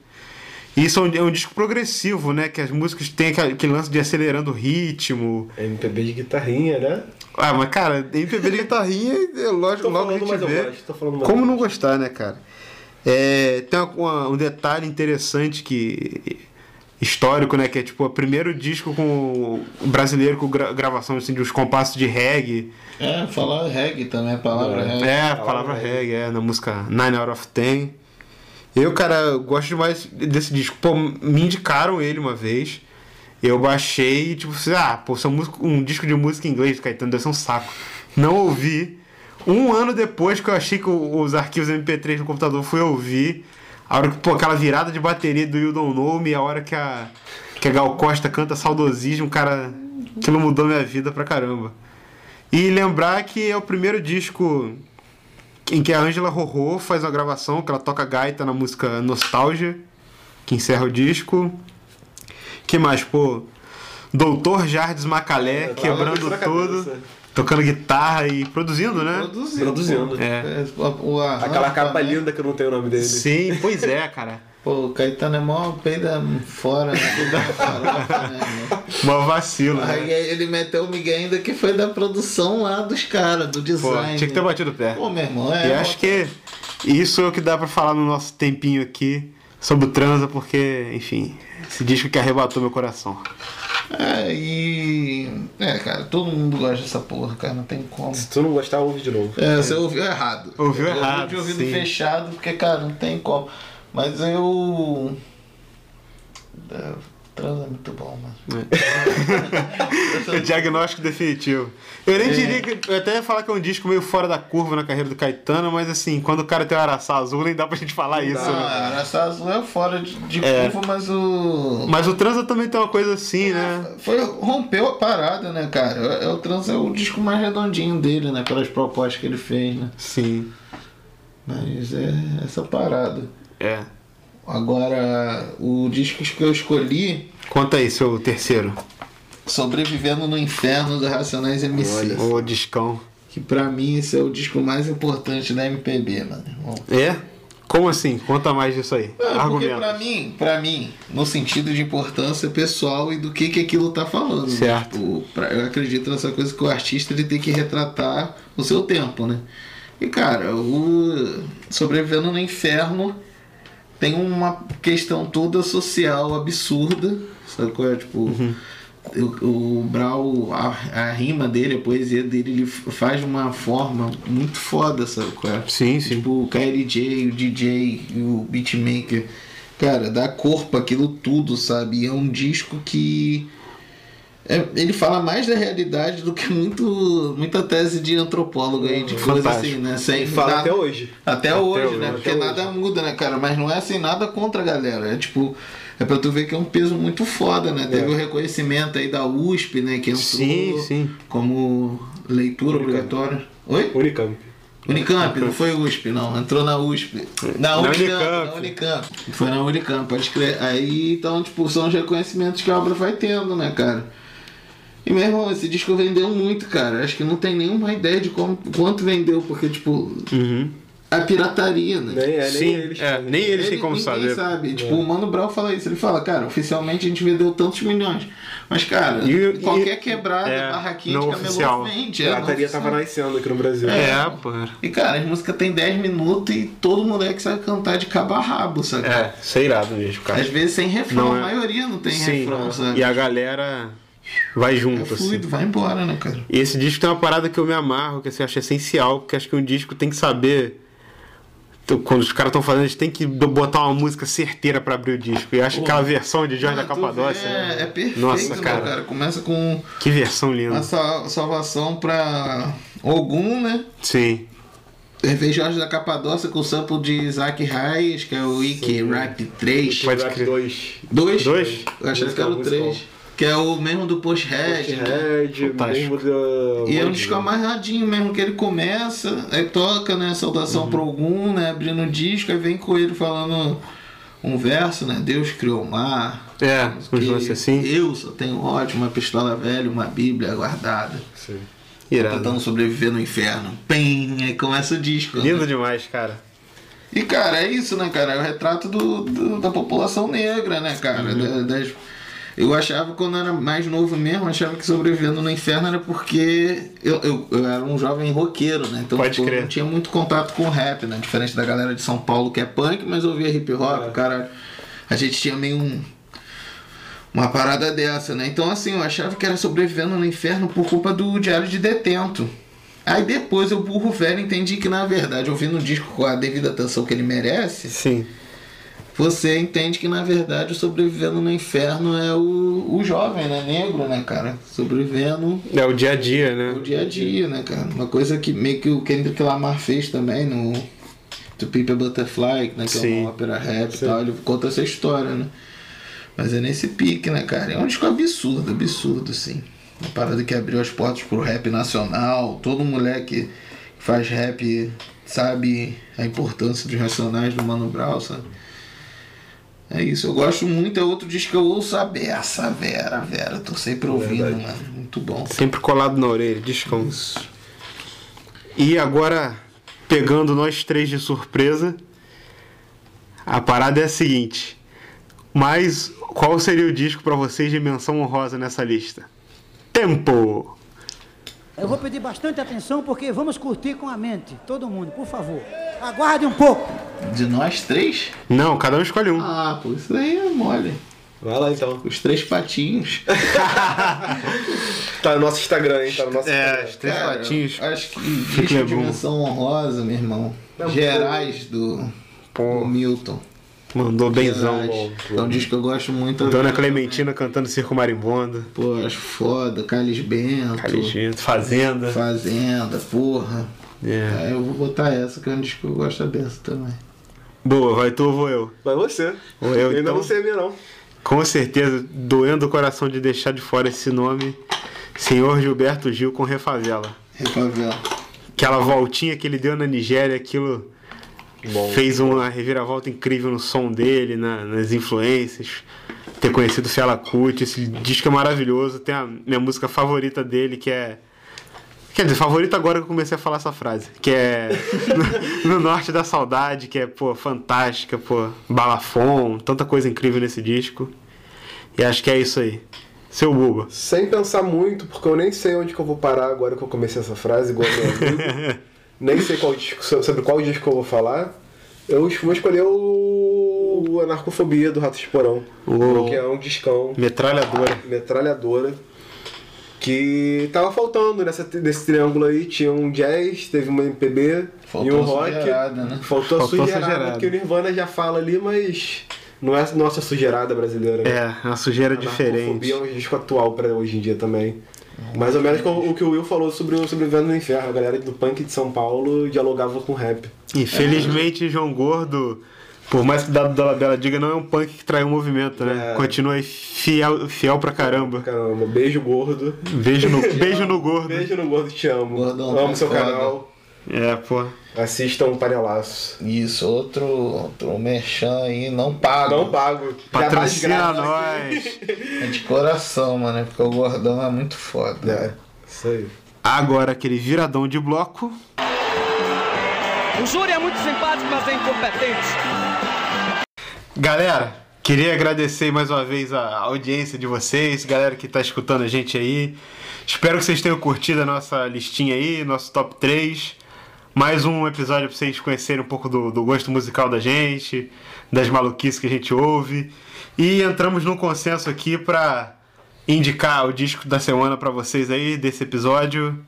S2: E isso é um, é um disco progressivo, né? Que as músicas têm aquele aquele lance de acelerando o ritmo,
S3: MPB de guitarrinha, né?
S2: ah, mas cara, MPB de guitarrinha, é lógico,
S3: Tô
S2: logo que a
S3: falando,
S2: gente
S3: mas eu
S2: vê.
S3: gosto, tô falando, mas
S2: Como
S3: eu
S2: não
S3: gosto.
S2: gostar, né, cara? É, tem uma- uma- um detalhe interessante que histórico, né, que é tipo o primeiro disco com brasileiro com gra- gravação assim, de uns compassos de reggae.
S1: É, falar reggae também, a palavra reggae.
S2: É, a palavra reggae, é, na música Nine Out of Ten. Eu, cara, eu gosto demais desse disco. Pô, me indicaram ele uma vez. Eu baixei e, tipo, assim, ah, pô, isso é um músico- um disco de música em inglês, Caetano, deve ser um saco. Não ouvi. Um ano depois que eu achei que o- os arquivos MP3 no computador, fui ouvir. A hora que, pô, aquela virada de bateria do You Don't Know Me, a hora que a, que a Gal Costa canta saudosismo, cara, aquilo mudou minha vida pra caramba. E lembrar que é o primeiro disco em que a Angela Rorô faz uma gravação, que ela toca gaita na música Nostalgia, que encerra o disco. Que mais, pô? Doutor Jardes Macalé,
S3: tava
S2: quebrando
S3: isso na
S2: tudo,
S3: cabeça.
S2: tocando guitarra e produzindo, né?
S1: Produzindo.
S3: Produzindo.
S2: É.
S1: o- o arranjo
S3: Aquela
S2: Ah, tá.
S3: capa
S1: também.
S3: linda que eu não tenho o nome dele.
S2: Sim, pois é, cara.
S1: Pô, o Caetano é mó peida fora, né? Peida farofa, né? mano?
S2: Uma vacilo,
S1: Aí
S2: né?
S1: ele meteu o Miguel ainda que foi da produção lá dos caras, do
S2: Pô,
S1: design. né?
S2: tinha que ter batido o pé.
S1: Pô, meu irmão, é.
S2: E acho que isso é o que dá pra falar no nosso tempinho aqui sobre o transa, porque, enfim, esse disco que arrebatou meu coração.
S1: É, e. É, cara, todo mundo gosta dessa porra, cara, não tem como.
S3: Se tu não gostar, ouve de novo.
S1: É, você ouviu errado.
S2: Ouviu
S1: Eu ouvi
S2: errado,
S1: De ouvido
S2: sim.
S1: fechado, porque, cara, não tem como. Mas eu. É, Trans é muito bom, mano.
S2: O É diagnóstico definitivo. Eu
S3: É.
S2: nem diria que. Eu até ia falar que é um disco meio fora da curva na carreira do Caetano, mas assim, quando o cara tem o araçá azul, nem dá pra gente falar isso.
S1: Não,
S2: né?
S1: Araçá Azul é fora de, de
S2: É.
S1: curva, mas o.
S2: Mas o Transa também tem uma coisa assim, né?
S1: Foi, rompeu a parada, né, cara? É- é O Trans é o disco mais redondinho dele, né? Pelas propostas que ele fez, né?
S2: Sim.
S1: Mas é essa parada.
S2: É.
S1: Agora, o disco que eu escolhi,
S2: Conta aí, seu terceiro.
S1: Sobrevivendo no Inferno do Racionais MC.
S2: Ô, discão.
S1: Que pra mim esse é o disco mais importante da MPB, mano. Bom,
S2: É? Como assim? Conta mais disso aí.
S1: É, porque
S2: Argumento.
S1: pra mim, pra mim, no sentido de importância pessoal e do que, que aquilo tá falando. né?
S2: Certo.
S1: Tipo, pra- eu acredito nessa coisa que o artista ele tem que retratar o seu tempo, né? E cara, o Sobrevivendo no Inferno tem uma questão toda social absurda, sabe qual é? Tipo, o, o Brau, a, a rima dele, a poesia dele, ele f- faz de uma forma muito foda, sabe qual é?
S2: Sim, sim.
S1: Tipo, o KLJ, o DJ e o beatmaker. Cara, dá corpo pra aquilo tudo, sabe? E é um disco que. é- ele fala mais da realidade do que muito, muita tese de antropólogo aí, de coisa
S2: Fantástico.
S1: assim, né? Sem
S3: E fala
S2: Tá.
S1: nada-
S3: até hoje.
S1: até, hoje,
S2: hoje,
S1: né?
S3: até
S1: Porque
S3: hoje.
S1: nada muda, né, cara? Mas não é assim, nada contra a galera. É tipo, é pra tu ver que é um peso muito foda, né? Teve o reconhecimento aí da USP, né? Que entrou
S2: É. Sim, sim.
S1: como leitura obrigatória. Oi?
S3: Unicamp.
S1: Unicamp, não foi USP, não. Entrou na USP. Na
S2: Na
S1: Unicamp,
S2: Unicamp.
S1: na Unicamp. Foi na Unicamp, pode crer. Aí, então, tipo, são os reconhecimentos que a obra vai tendo, né, cara? E, meu irmão, esse disco vendeu muito, cara. Acho que não tem nenhuma ideia de como, quanto vendeu, porque, tipo, a pirataria, né?
S3: Nem, é,
S2: Uhum. Sim,
S3: nem eles.
S2: é, nem eles têm como
S1: ninguém
S2: saber. É.
S1: sabe. Tipo, o Mano Brown fala isso. Ele fala, cara, oficialmente a gente vendeu tantos milhões. Mas, cara,
S2: E-
S1: qualquer
S2: e-
S1: quebrada,
S2: é,
S1: barraquinha
S2: não
S1: de camelô
S2: oficial.
S1: vende.
S3: A
S1: é, não
S3: pirataria
S1: oficial.
S3: tava nascendo aqui no Brasil.
S2: É, pô.
S1: E cara, as músicas tem 10 minutos e todo moleque sabe cantar de cabo a rabo, sabe?
S2: É, isso é irado mesmo, cara.
S1: Às vezes sem refrão,
S2: Não
S1: a
S2: é.
S1: maioria não tem
S2: Sim.
S1: refrão, sabe?
S2: E a galera vai
S1: É
S2: junto, assim.
S1: fluido, vai embora, né, cara?
S2: E esse disco tem uma parada que eu me amarro, que assim, eu acho essencial, porque acho que um disco tem que saber. tu- Quando os caras estão fazendo, eles têm que do- botar uma música certeira pra abrir o disco. E eu acho que aquela versão de Jorge da
S1: Ah, tu
S2: Capadócia.
S1: vê, É, é perfeito,
S2: Nossa,
S1: né,
S2: cara.
S1: cara. Começa com
S2: Que versão linda.
S1: a sal- salvação pra Ogum, né?
S2: Sim.
S1: Aí vem Jorge da Capadócia com o sample de Isaac Raiz, que é o Ike Rap 3.
S2: Pode
S3: Rap
S2: crer.
S3: 2.
S1: Dois?
S2: Dois?
S1: Eu achava que
S2: é
S1: era o
S3: Musical,
S1: 3. Que é o mesmo do Post Red, né?
S3: Red,
S2: Fantástico.
S3: mesmo da.
S1: E é um disco amarradinho mesmo, que ele começa, aí toca, né, saudação pro algum, né, abrindo o disco, aí vem com ele falando um verso, né, Deus criou o mar,
S2: É, uns
S1: que
S2: lances assim.
S1: eu só tenho ódio, uma pistola velha, uma bíblia guardada,
S3: assim.
S2: Irado.
S1: tentando sobreviver no inferno, pim, aí começa o disco. né?
S2: Lindo demais, cara.
S1: E, cara, é isso, né, cara? É o retrato do, do- da população negra, né, cara?
S2: Uhum.
S1: Da- das- Eu achava, quando era mais novo mesmo, achava que sobrevivendo no inferno era porque eu, eu, eu era um jovem roqueiro, né? Então
S2: Pode
S1: tipo, eu
S2: crer.
S1: não tinha muito contato com rap, né? Diferente da galera de São Paulo que é punk, mas ouvia hip hop,
S2: É.
S1: cara. A gente tinha meio um, uma parada dessa, né? Então, assim, eu achava que era sobrevivendo no inferno por culpa do Diário de Detento. Aí depois eu, burro velho, entendi que, na verdade, ouvindo o disco com a devida atenção que ele merece,
S2: Sim.
S1: você entende que, na verdade, o sobrevivendo no inferno é o, o jovem, né? Negro, né, cara? Sobrevivendo
S2: É o dia a dia, né?
S1: o dia a dia, né, cara? Uma coisa que meio que o Kendrick Lamar fez também no To Pimp a Butterfly, né, que é
S2: Sim.
S1: uma ópera rap e tal, ele conta essa história, né? Mas é nesse pique, né, cara? É um disco absurdo, absurdo, sim. Uma parada que abriu as portas pro rap nacional, todo moleque que faz rap sabe a importância dos racionais do Mano Brown, sabe? É isso, eu gosto muito, é outro disco que eu ouço a beça, a Vera, a Vera, tô
S2: É
S1: sempre ouvindo, mano. Muito bom.
S2: Sempre colado na orelha, discão. E agora, pegando nós três de surpresa, a parada é a seguinte. Mas qual seria o disco pra vocês de menção honrosa nessa lista? Tempo!
S11: Eu vou pedir bastante atenção porque vamos curtir com a mente, todo mundo, por favor. Aguarde um pouco.
S1: De nós três?
S2: Não, cada um escolhe um.
S1: Ah, pô, isso aí é mole.
S3: Vai lá então.
S1: Os três patinhos.
S3: Tá no nosso Instagram, hein? Tá no nosso
S2: É,
S3: Instagram.
S2: os três
S1: Cara,
S2: patinhos.
S1: Acho que
S2: Fica
S1: disco de
S2: bom.
S1: menção honrosa, meu irmão.
S3: Não,
S1: Gerais do, do
S2: Pô,
S1: Milton.
S2: Mandou benzão.
S1: É um disco que eu gosto muito.
S2: Dona Clementina cantando Circo Marimbondo.
S1: Pô, acho foda. Calis Bento.
S2: Calis Bento, Fazenda.
S1: Fazenda, porra.
S2: É.
S1: Aí eu vou botar essa, que é um disco que eu gosto dessa também.
S2: Boa, vai tu ou vou eu?
S3: Vai você.
S2: Ou eu,
S3: ainda
S2: então?
S3: não sei a minha, não.
S2: Com certeza, doendo o coração de deixar de fora esse nome, Senhor Gilberto Gil com Refavela.
S1: Refavela.
S2: Aquela voltinha que ele deu na Nigéria, aquilo fez uma reviravolta incrível no som dele, na- nas influências. Ter conhecido Fela Kuti, esse disco é maravilhoso. Tem a minha música favorita dele, que é. Quer dizer, favorita agora que eu comecei a falar essa frase. Que é. no, no Norte da Saudade, que é, pô, fantástica, pô. Balafon, tanta coisa incrível nesse disco. E acho que é isso aí. Seu Buba.
S3: Sem pensar muito, porque eu nem sei onde que eu vou parar agora que eu comecei essa frase, igual meu amigo. nem sei qual disco- sobre qual disco eu vou falar. Eu vou escolher o, o Anarcofobia do Rato de Porão.
S2: Uou.
S3: Que é um discão.
S2: Metralhadora.
S3: Metralhadora. Que tava faltando nessa, nesse triângulo aí. Tinha um jazz, teve uma MPB
S1: Faltou
S3: e um
S1: a
S3: rock.
S1: sujeirada, né?
S3: Faltou
S2: Faltou
S3: a
S2: a
S3: sujeirada,
S2: sujeirada.
S3: que o Nirvana já fala ali, mas não é a nossa sujeirada brasileira. né?
S2: É, uma sujeira
S3: Anarcofobia
S2: diferente.
S3: é um disco atual pra hoje em dia também. Mais ou menos como o que o Will falou sobre o Sobrevivendo no Inferno. A galera do punk de São Paulo dialogava com rap.
S2: Infelizmente, João Gordo, por mais que o Dado Dolabella diga, não é um punk que traiu o movimento, né?
S3: É.
S2: Continua aí fiel, fiel pra caramba.
S3: Caramba, beijo gordo.
S2: Beijo no, beijo no gordo.
S3: Beijo no gordo, te amo.
S1: Gordão,
S3: amo
S1: tá
S3: seu
S1: foda.
S3: canal.
S2: É, pô.
S3: Assistam o Panelaço.
S1: Isso, outro, outro merchan aí, não pago.
S3: Não pago.
S2: Patrocina
S3: Jabá de graça.
S2: nós.
S1: É de coração, mano, porque o gordão é muito foda.
S3: É, isso aí.
S2: Agora aquele viradão de bloco.
S10: O júri é muito simpático, mas é incompetente.
S2: Galera, queria agradecer mais uma vez a audiência de vocês, galera que tá escutando a gente aí. Espero que vocês tenham curtido a nossa listinha aí, nosso top 3. Mais um episódio pra vocês conhecerem um pouco do, do gosto musical da gente, das maluquices que a gente ouve. E entramos num consenso aqui pra indicar o disco da semana pra vocês aí, desse episódio,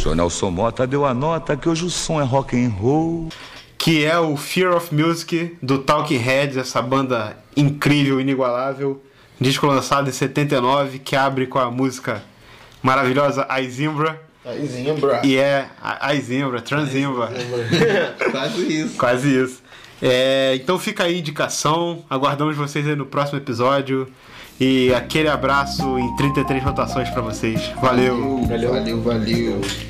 S12: Seu Nelson Mota deu a nota que hoje o som é rock and roll.
S2: que é o Fear of Music do Talking Heads, essa banda incrível, inigualável. Disco lançado em 79, que abre com a música maravilhosa Aizimbra.
S1: Aí, Zimbra.
S2: E é a- Aizimbra, Transimbra,
S1: Quase isso.
S2: quase isso. É, então fica aí a indicação, aguardamos vocês aí no próximo episódio. E aquele abraço em 33 rotações pra vocês. Valeu.
S1: valeu. valeu. valeu.